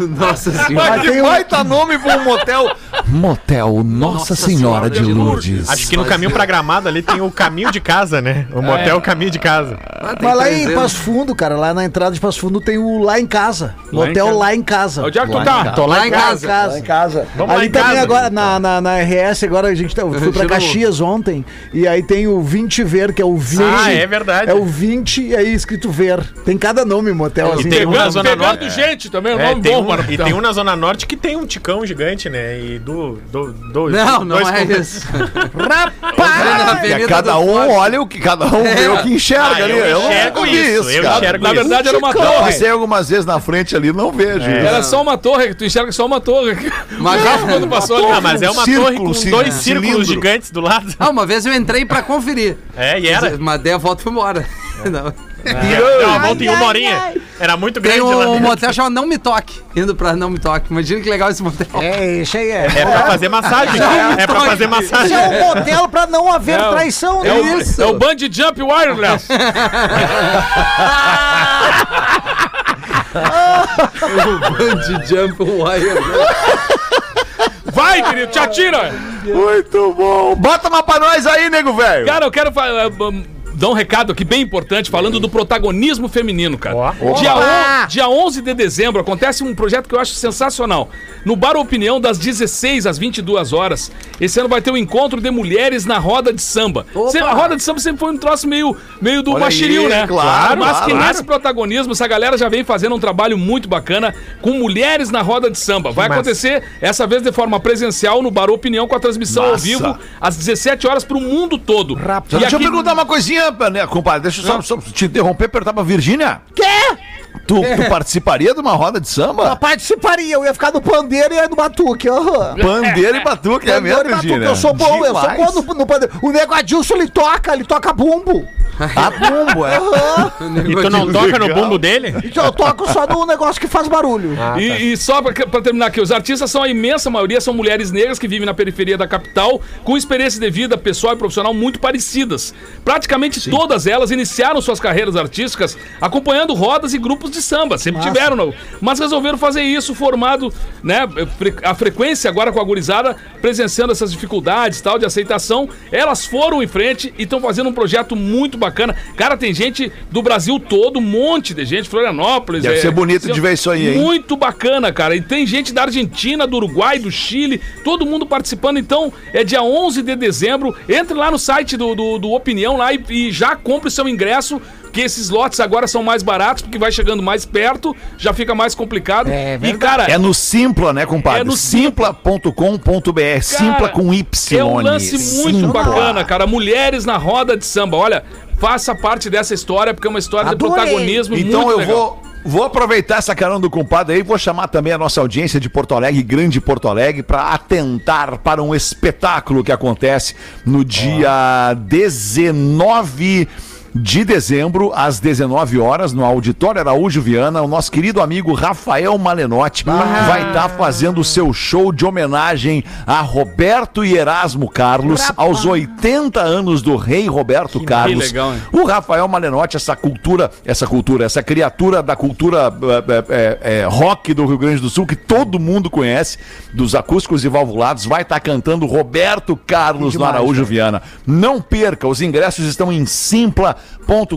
[SPEAKER 3] Nossa senhora.
[SPEAKER 4] Mas que baita nome pra um motel. Motel Nossa, Senhora, de Lourdes.
[SPEAKER 9] Acho que no
[SPEAKER 3] é.
[SPEAKER 9] caminho pra Gramado ali tem o caminho de casa, né? O motel é o caminho de casa.
[SPEAKER 8] Mas lá em
[SPEAKER 3] Passo
[SPEAKER 8] Passo Fundo, cara, lá na entrada de Passo Fundo tem o Lá em Casa.
[SPEAKER 7] Lá em
[SPEAKER 8] Motel
[SPEAKER 7] Casa.
[SPEAKER 8] Lá em Casa.
[SPEAKER 7] Onde é que tu
[SPEAKER 3] Ah,
[SPEAKER 7] tá?
[SPEAKER 9] Tô lá em
[SPEAKER 8] Lá em
[SPEAKER 9] casa.
[SPEAKER 8] casa.
[SPEAKER 6] casa.
[SPEAKER 9] Vamos lá
[SPEAKER 8] Ali
[SPEAKER 9] em
[SPEAKER 8] também
[SPEAKER 9] casa.
[SPEAKER 8] agora, na, na, na RS, agora a gente tá, eu fui pra
[SPEAKER 3] Tirou.
[SPEAKER 8] Caxias ontem, e aí tem o 20 Ver, que é o 20.
[SPEAKER 9] Ah, é verdade.
[SPEAKER 8] É o 20 e aí escrito Ver. Tem cada nome motel, assim.
[SPEAKER 9] tem
[SPEAKER 8] tem
[SPEAKER 9] um na Zona
[SPEAKER 7] pegando
[SPEAKER 9] Norte.
[SPEAKER 7] gente também, é um
[SPEAKER 9] É,
[SPEAKER 7] nome
[SPEAKER 9] tem
[SPEAKER 7] bom
[SPEAKER 9] um-
[SPEAKER 7] para
[SPEAKER 9] e tem um na Zona Norte que tem um ticão gigante, né? E do. do, do
[SPEAKER 3] Não, não
[SPEAKER 9] dois
[SPEAKER 3] é
[SPEAKER 9] com-
[SPEAKER 3] isso. Rapaz!
[SPEAKER 4] É, cada um olha o que cada um vê o que enxerga
[SPEAKER 9] Ah,
[SPEAKER 4] ali.
[SPEAKER 9] eu
[SPEAKER 4] não
[SPEAKER 9] enxergo
[SPEAKER 4] vi
[SPEAKER 9] isso, eu
[SPEAKER 4] cara.
[SPEAKER 9] enxergo
[SPEAKER 7] Na
[SPEAKER 9] isso.
[SPEAKER 7] verdade era uma
[SPEAKER 4] Eu
[SPEAKER 7] torre.
[SPEAKER 4] passei algumas vezes na frente ali, não vejo.
[SPEAKER 7] Era é só uma torre, tu enxerga é só uma torre.
[SPEAKER 3] Mas-
[SPEAKER 7] o carro quando passou ali.
[SPEAKER 9] Ah, mas é uma
[SPEAKER 4] Círculo,
[SPEAKER 9] torre com
[SPEAKER 4] sim,
[SPEAKER 9] dois
[SPEAKER 4] é.
[SPEAKER 9] círculos
[SPEAKER 4] Cilindro.
[SPEAKER 9] gigantes do lado.
[SPEAKER 3] Ah, uma vez eu entrei pra conferir.
[SPEAKER 9] É, e era. É.
[SPEAKER 3] Mas dei a volta e fui embora. Não.
[SPEAKER 9] Deu uma volta em uma horinha. Era muito grande
[SPEAKER 3] Tem
[SPEAKER 9] lá
[SPEAKER 3] um,
[SPEAKER 9] dentro.
[SPEAKER 3] motel chamado Não Me Toque. Indo pra Não Me Toque. Imagina que legal esse motel.
[SPEAKER 8] É, isso aí é.
[SPEAKER 9] É pra fazer massagem. é pra fazer
[SPEAKER 8] Isso
[SPEAKER 9] massagem.
[SPEAKER 8] é um motel pra não haver
[SPEAKER 7] É o-
[SPEAKER 8] traição,
[SPEAKER 7] É
[SPEAKER 8] né?
[SPEAKER 7] o,
[SPEAKER 3] Isso.
[SPEAKER 7] é o Band Jump Wireless.
[SPEAKER 3] Band Jump Wire. né?
[SPEAKER 7] Vai, querido, te atira.
[SPEAKER 4] Muito bom. Bota uma pra nós aí, nego velho.
[SPEAKER 7] Cara, eu quero fa- eh, bom, dar um recado aqui bem importante, falando do protagonismo feminino, cara. Dia, on- dia 11 de dezembro acontece um projeto que eu acho sensacional. No Bar Opinião, das 16 às 22 horas, esse ano vai ter um encontro de mulheres na roda de samba.
[SPEAKER 3] Opa!
[SPEAKER 7] Sempre- a roda de samba sempre foi um troço meio, meio do
[SPEAKER 4] Olha aí,
[SPEAKER 7] machiril, né?
[SPEAKER 4] claro,
[SPEAKER 7] Mas que
[SPEAKER 4] claro.
[SPEAKER 7] nesse protagonismo, essa galera já vem fazendo um trabalho muito bacana com mulheres na roda de samba. Vai
[SPEAKER 9] massa.
[SPEAKER 7] acontecer, essa vez de forma presencial, no Bar Opinião, com a transmissão ao
[SPEAKER 4] Massa.
[SPEAKER 7] vivo às 17 horas pro mundo todo.
[SPEAKER 4] Só
[SPEAKER 7] E
[SPEAKER 4] deixa
[SPEAKER 7] aqui-
[SPEAKER 4] eu perguntar uma coisinha, né, compadre. Deixa eu só, só te interromper e perguntar pra Virgínia. Quê? Tu, tu participaria de uma roda de
[SPEAKER 8] Eu
[SPEAKER 4] samba?
[SPEAKER 8] participaria, eu ia ficar no pandeiro e ia no batuque. aham.
[SPEAKER 4] Pandeiro e batuque, é mesmo,
[SPEAKER 8] Pandeiro e
[SPEAKER 4] Virgínia?
[SPEAKER 8] eu sou bom, eu sou
[SPEAKER 4] Demais.
[SPEAKER 8] bom no, no pandeiro. O nego Adilson, ele toca, ele toca bumbo.
[SPEAKER 4] Ah, bumbo, é.
[SPEAKER 9] E tu
[SPEAKER 3] é
[SPEAKER 9] não toca no bumbo dele?
[SPEAKER 8] Então eu toco só no negócio que faz barulho.
[SPEAKER 7] E, e só pra, pra terminar aqui, os artistas são a imensa maioria são mulheres negras que vivem na periferia da capital, com experiência de vida pessoal e profissional muito parecidas. Praticamente todas elas iniciaram suas carreiras artísticas acompanhando rodas e grupos de samba, sempre tiveram, não. mas resolveram fazer isso formado, né, fre- a frequência agora com a gurizada, presenciando essas dificuldades, tal, de aceitação, elas foram em frente e estão fazendo um projeto muito bacana. Cara, tem gente do Brasil todo, um monte de gente, Florianópolis, é,
[SPEAKER 4] Deve ser bonito de ver isso aí, hein?
[SPEAKER 7] muito bacana, cara. E tem gente da Argentina, do Uruguai, do Chile, todo mundo participando. Então, é dia 11 de dezembro. Entre lá no site do, do, do Opinião lá e, e já compre o seu ingresso, que esses lotes agora são mais baratos, porque vai chegando mais perto, já fica mais complicado.
[SPEAKER 8] É
[SPEAKER 7] e, cara,
[SPEAKER 4] É no Simpla, né, compadre?
[SPEAKER 7] É no
[SPEAKER 4] Simpla.com.br. Simpla com Y.
[SPEAKER 7] É um lance muito
[SPEAKER 4] Simpla.
[SPEAKER 7] bacana, cara. Mulheres na roda de samba. Olha, faça parte dessa história, porque é uma história de
[SPEAKER 8] Adorei.
[SPEAKER 7] protagonismo
[SPEAKER 4] Então
[SPEAKER 7] muito
[SPEAKER 4] eu
[SPEAKER 7] legal.
[SPEAKER 4] vou. Vou aproveitar essa carona do compadre aí, vou chamar também a nossa audiência de Porto Alegre, Grande Porto Alegre, para atentar para um espetáculo que acontece no dia 19 de dezembro, às 19 horas, no Auditório Araújo Viana, o nosso querido amigo Rafael Malenotti vai estar fazendo o seu show de homenagem a Roberto e Erasmo Carlos, aos 80 anos do rei Roberto Carlos.
[SPEAKER 7] legal, hein?
[SPEAKER 4] O Rafael Malenotti, essa cultura, essa cultura, essa criatura da cultura é, é, é, rock do Rio Grande do Sul, que todo mundo conhece, dos acústicos e valvulados, vai estar cantando Roberto Carlos no Araújo Viana. Não perca, os ingressos estão em simpla.com.br.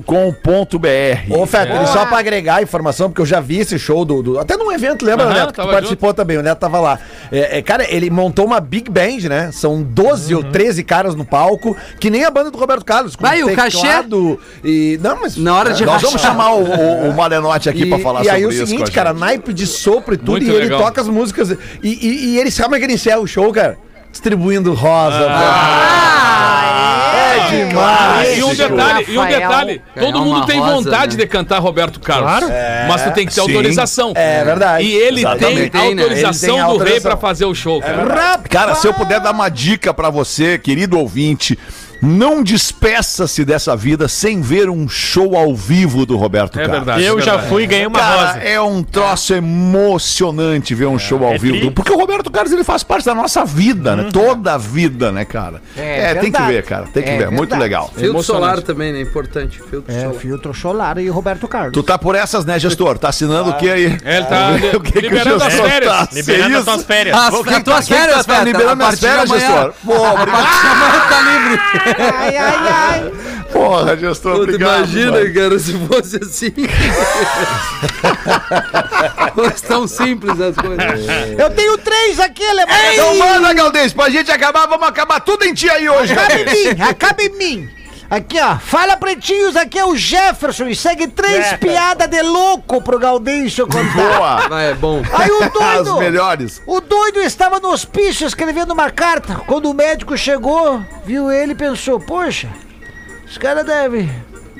[SPEAKER 6] Ô, Fetter, e só pra agregar a informação, porque eu já vi esse show do. do- até num evento, lembra,
[SPEAKER 7] Aham,
[SPEAKER 6] Neto? Que tu
[SPEAKER 7] tava
[SPEAKER 6] participou também, o Neto tava lá. É, é, cara, ele montou uma big band, né? São 12
[SPEAKER 4] Uhum.
[SPEAKER 6] ou 13 caras no palco, que nem a banda do Roberto Carlos. Com
[SPEAKER 3] Vai, o cachê?
[SPEAKER 6] teclado E, não, mas.
[SPEAKER 3] Na hora de
[SPEAKER 4] Nós
[SPEAKER 3] rachar.
[SPEAKER 4] vamos chamar o, o, o Malenotti aqui
[SPEAKER 6] E,
[SPEAKER 4] para falar
[SPEAKER 6] e aí é o
[SPEAKER 4] sobre isso com
[SPEAKER 6] seguinte,
[SPEAKER 4] a
[SPEAKER 6] cara,
[SPEAKER 4] gente.
[SPEAKER 6] naipe de sopro e tudo,
[SPEAKER 7] Muito
[SPEAKER 6] e ele
[SPEAKER 7] legal.
[SPEAKER 6] toca as músicas. E, e, e ele sabe como é que ele encerra o
[SPEAKER 8] Ah.
[SPEAKER 6] show, cara? Distribuindo rosa. branco. né? é demais!
[SPEAKER 7] E um um detalhe, e um
[SPEAKER 11] Rafael.
[SPEAKER 7] detalhe, todo
[SPEAKER 3] Ganhar
[SPEAKER 7] mundo
[SPEAKER 3] uma
[SPEAKER 7] tem
[SPEAKER 3] rosa,
[SPEAKER 7] vontade
[SPEAKER 3] né?
[SPEAKER 7] de cantar Roberto Carlos. É,
[SPEAKER 9] Claro.
[SPEAKER 7] Mas tu tem que ter
[SPEAKER 4] sim.
[SPEAKER 7] autorização.
[SPEAKER 6] É verdade.
[SPEAKER 7] E ele
[SPEAKER 4] Exatamente.
[SPEAKER 7] tem
[SPEAKER 3] Tem, né?
[SPEAKER 7] autorização
[SPEAKER 6] Ele tem
[SPEAKER 7] do rei
[SPEAKER 6] autorização.
[SPEAKER 7] pra fazer o show, cara.
[SPEAKER 4] Cara,
[SPEAKER 6] Ah!
[SPEAKER 4] se eu puder dar uma dica pra você, querido ouvinte, não despeça-se dessa vida sem ver um show ao vivo do Roberto
[SPEAKER 7] É
[SPEAKER 4] Carlos.
[SPEAKER 7] verdade.
[SPEAKER 9] Eu
[SPEAKER 7] é
[SPEAKER 9] já
[SPEAKER 7] verdade.
[SPEAKER 9] fui e ganhei uma
[SPEAKER 4] Cara,
[SPEAKER 9] rosa.
[SPEAKER 4] é um troço emocionante ver um show ao
[SPEAKER 9] É Uhum.
[SPEAKER 4] vivo.
[SPEAKER 9] tri.
[SPEAKER 4] Porque o Roberto Carlos ele faz parte da nossa vida, né? Toda a vida, né, cara? É,
[SPEAKER 8] É
[SPEAKER 4] tem que
[SPEAKER 8] verdade.
[SPEAKER 4] ver, cara. Tem que
[SPEAKER 8] É
[SPEAKER 4] ver. Muito
[SPEAKER 8] verdade.
[SPEAKER 4] legal.
[SPEAKER 3] Filtro solar também, né? Importante. Filtro
[SPEAKER 8] É,
[SPEAKER 3] solar.
[SPEAKER 8] filtro solar e Roberto Carlos.
[SPEAKER 4] Tu tá por essas, né, gestor? Tá assinando o que aí?
[SPEAKER 7] É, ele tá li- liberando
[SPEAKER 9] É
[SPEAKER 7] as férias.
[SPEAKER 4] tá
[SPEAKER 9] Liberando as
[SPEAKER 4] as
[SPEAKER 9] tuas férias.
[SPEAKER 3] As,
[SPEAKER 4] Vou
[SPEAKER 3] as tuas
[SPEAKER 4] quem tá-
[SPEAKER 3] férias,
[SPEAKER 4] tá
[SPEAKER 3] Feta.
[SPEAKER 4] liberando
[SPEAKER 3] A
[SPEAKER 4] minhas
[SPEAKER 3] partir de
[SPEAKER 4] férias,
[SPEAKER 3] amanhã.
[SPEAKER 4] gestor? Pô,
[SPEAKER 3] A partir de amanhã tá livre.
[SPEAKER 8] Ai, ai, ai.
[SPEAKER 4] Porra, gestor,
[SPEAKER 3] Tu
[SPEAKER 4] obrigado.
[SPEAKER 3] imagina,
[SPEAKER 4] mano.
[SPEAKER 3] cara, se fosse assim. Fosse tão simples as coisas.
[SPEAKER 8] Eu tenho três aqui, alemão.
[SPEAKER 4] Então manda, Galdês, pra gente acabar, vamos acabar tudo em ti aí hoje, né?
[SPEAKER 8] Acaba em
[SPEAKER 4] Galdês.
[SPEAKER 8] mim, acaba em mim. Aqui, ó. Fala, pretinhos, aqui é o Jefferson e segue três piadas de louco pro Gaudêncio contar.
[SPEAKER 4] Boa.
[SPEAKER 3] Vai, é bom.
[SPEAKER 8] Aí o
[SPEAKER 4] As
[SPEAKER 8] doido...
[SPEAKER 4] melhores.
[SPEAKER 8] O doido estava no hospício escrevendo uma carta. Quando o médico chegou, viu ele e pensou: Poxa, esse cara deve.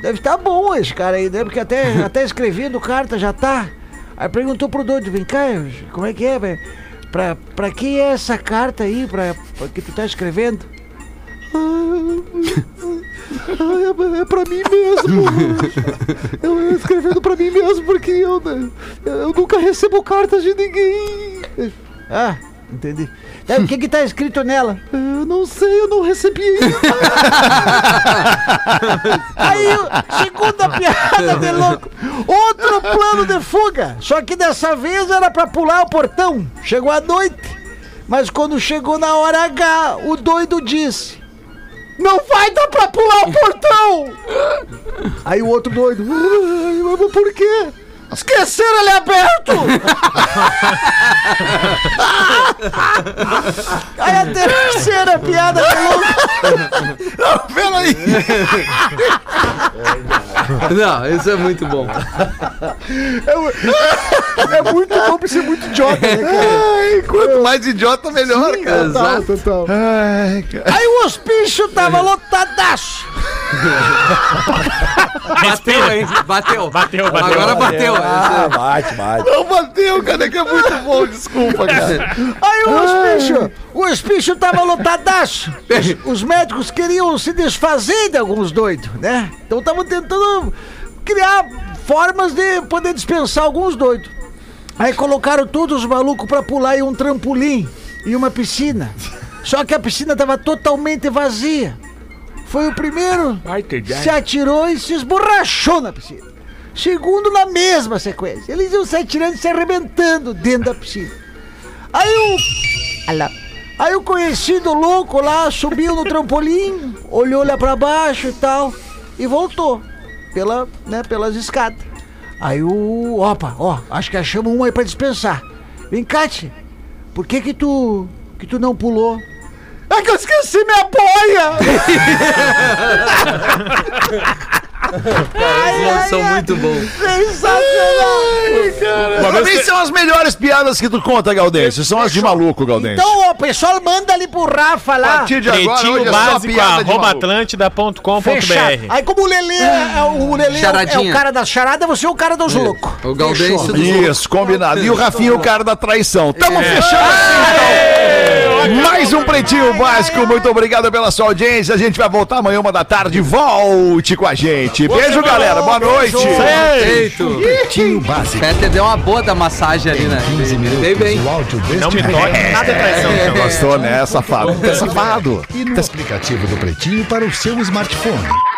[SPEAKER 8] Deve estar bom esse cara aí, né? Porque até, até escrevendo carta já tá. Aí perguntou pro doido: Vem cá, como é que é, velho? Pra, pra que é essa carta aí pra, pra que tu tá escrevendo? Ah, é, é pra mim mesmo. Eu escrevendo pra mim mesmo porque eu, né, eu nunca recebo cartas de ninguém. Ah, entendi. Daí, o que que tá escrito nela? Eu não sei, eu não recebi ainda. Aí, o- segunda piada de louco. Outro plano de fuga. Só que dessa vez era pra pular o portão. Chegou à noite. Mas quando chegou na hora H, o doido disse: Não vai dar pra pular o portão! Aí o outro doido: "Ai, Mas por quê? Esqueceram ele aberto! Aí a terceira piada de louco.
[SPEAKER 4] Peraí.
[SPEAKER 3] Não, isso é muito bom.
[SPEAKER 8] É muito bom pra ser muito idiota, né, cara?
[SPEAKER 4] Ai, quanto mais idiota, melhor, cara.
[SPEAKER 3] Exato.
[SPEAKER 8] total.
[SPEAKER 4] Ai, cara.
[SPEAKER 8] Aí o hospício tava lotadaço.
[SPEAKER 3] Bateu, hein? Bateu.
[SPEAKER 9] Bateu, bateu.
[SPEAKER 3] Agora bateu.
[SPEAKER 6] Ah, bate, bate.
[SPEAKER 4] Não bateu, cara, é que é muito bom, desculpa, cara.
[SPEAKER 8] Aí o hospício, o hospício tava lotadaço. Os, os médicos queriam se desfazer de alguns doidos, né? Então estavam tentando criar formas de poder dispensar alguns doidos. Aí colocaram todos os malucos pra pular em um trampolim e uma piscina. Só que a piscina tava totalmente vazia. Foi o primeiro se atirou e se esborrachou na piscina. Segundo, na mesma sequência. Eles iam se atirando e se arrebentando dentro da piscina. Aí o. Alá. Aí o conhecido louco lá subiu no trampolim, olhou lá pra baixo e tal, e voltou. Pela, né, pelas escadas. Aí o. Opa, ó, acho que achamos um aí pra dispensar. Vem, Cate, por que que tu. que tu não pulou? É que eu esqueci minha boia! ai,
[SPEAKER 3] Esses são
[SPEAKER 8] ai.
[SPEAKER 3] muito bons.
[SPEAKER 8] Sensacional!
[SPEAKER 4] Pra mim são as melhores piadas que tu conta, Galdêncio. São as de maluco, Galdêncio.
[SPEAKER 8] Então, ó, o pessoal manda ali pro Rafa
[SPEAKER 4] a
[SPEAKER 8] lá.
[SPEAKER 4] partir de agora, hoje
[SPEAKER 9] Pretinho
[SPEAKER 4] é só
[SPEAKER 9] básico,
[SPEAKER 4] piada de
[SPEAKER 9] arroba
[SPEAKER 4] maluco.
[SPEAKER 8] Fechado.
[SPEAKER 9] atlântida.com.br.
[SPEAKER 8] Aí como o Lelê é, é o, o Lelê é
[SPEAKER 3] Charadinha.
[SPEAKER 8] o cara da charada, você é o cara dos loucos.
[SPEAKER 3] O Gaudêncio do
[SPEAKER 4] Isso, combinado. E o Rafinha, é o cara da traição. Tamo fechando assim, então. Mais um Pretinho Básico. Muito obrigado pela sua audiência. A gente vai voltar amanhã, uma da tarde. Volte com a gente. Beijo, galera. Boa noite.
[SPEAKER 3] Feito.
[SPEAKER 1] Pretinho Básico.
[SPEAKER 3] Peter deu uma boa da massagem ali, né?
[SPEAKER 1] 15
[SPEAKER 3] Dei
[SPEAKER 1] minutos.
[SPEAKER 3] bem.
[SPEAKER 1] O áudio deste
[SPEAKER 9] Não me toque, nada é traição.
[SPEAKER 4] É, Gostou, né? Safado. Tá safado.
[SPEAKER 1] e no aplicativo do Pretinho para o seu smartphone.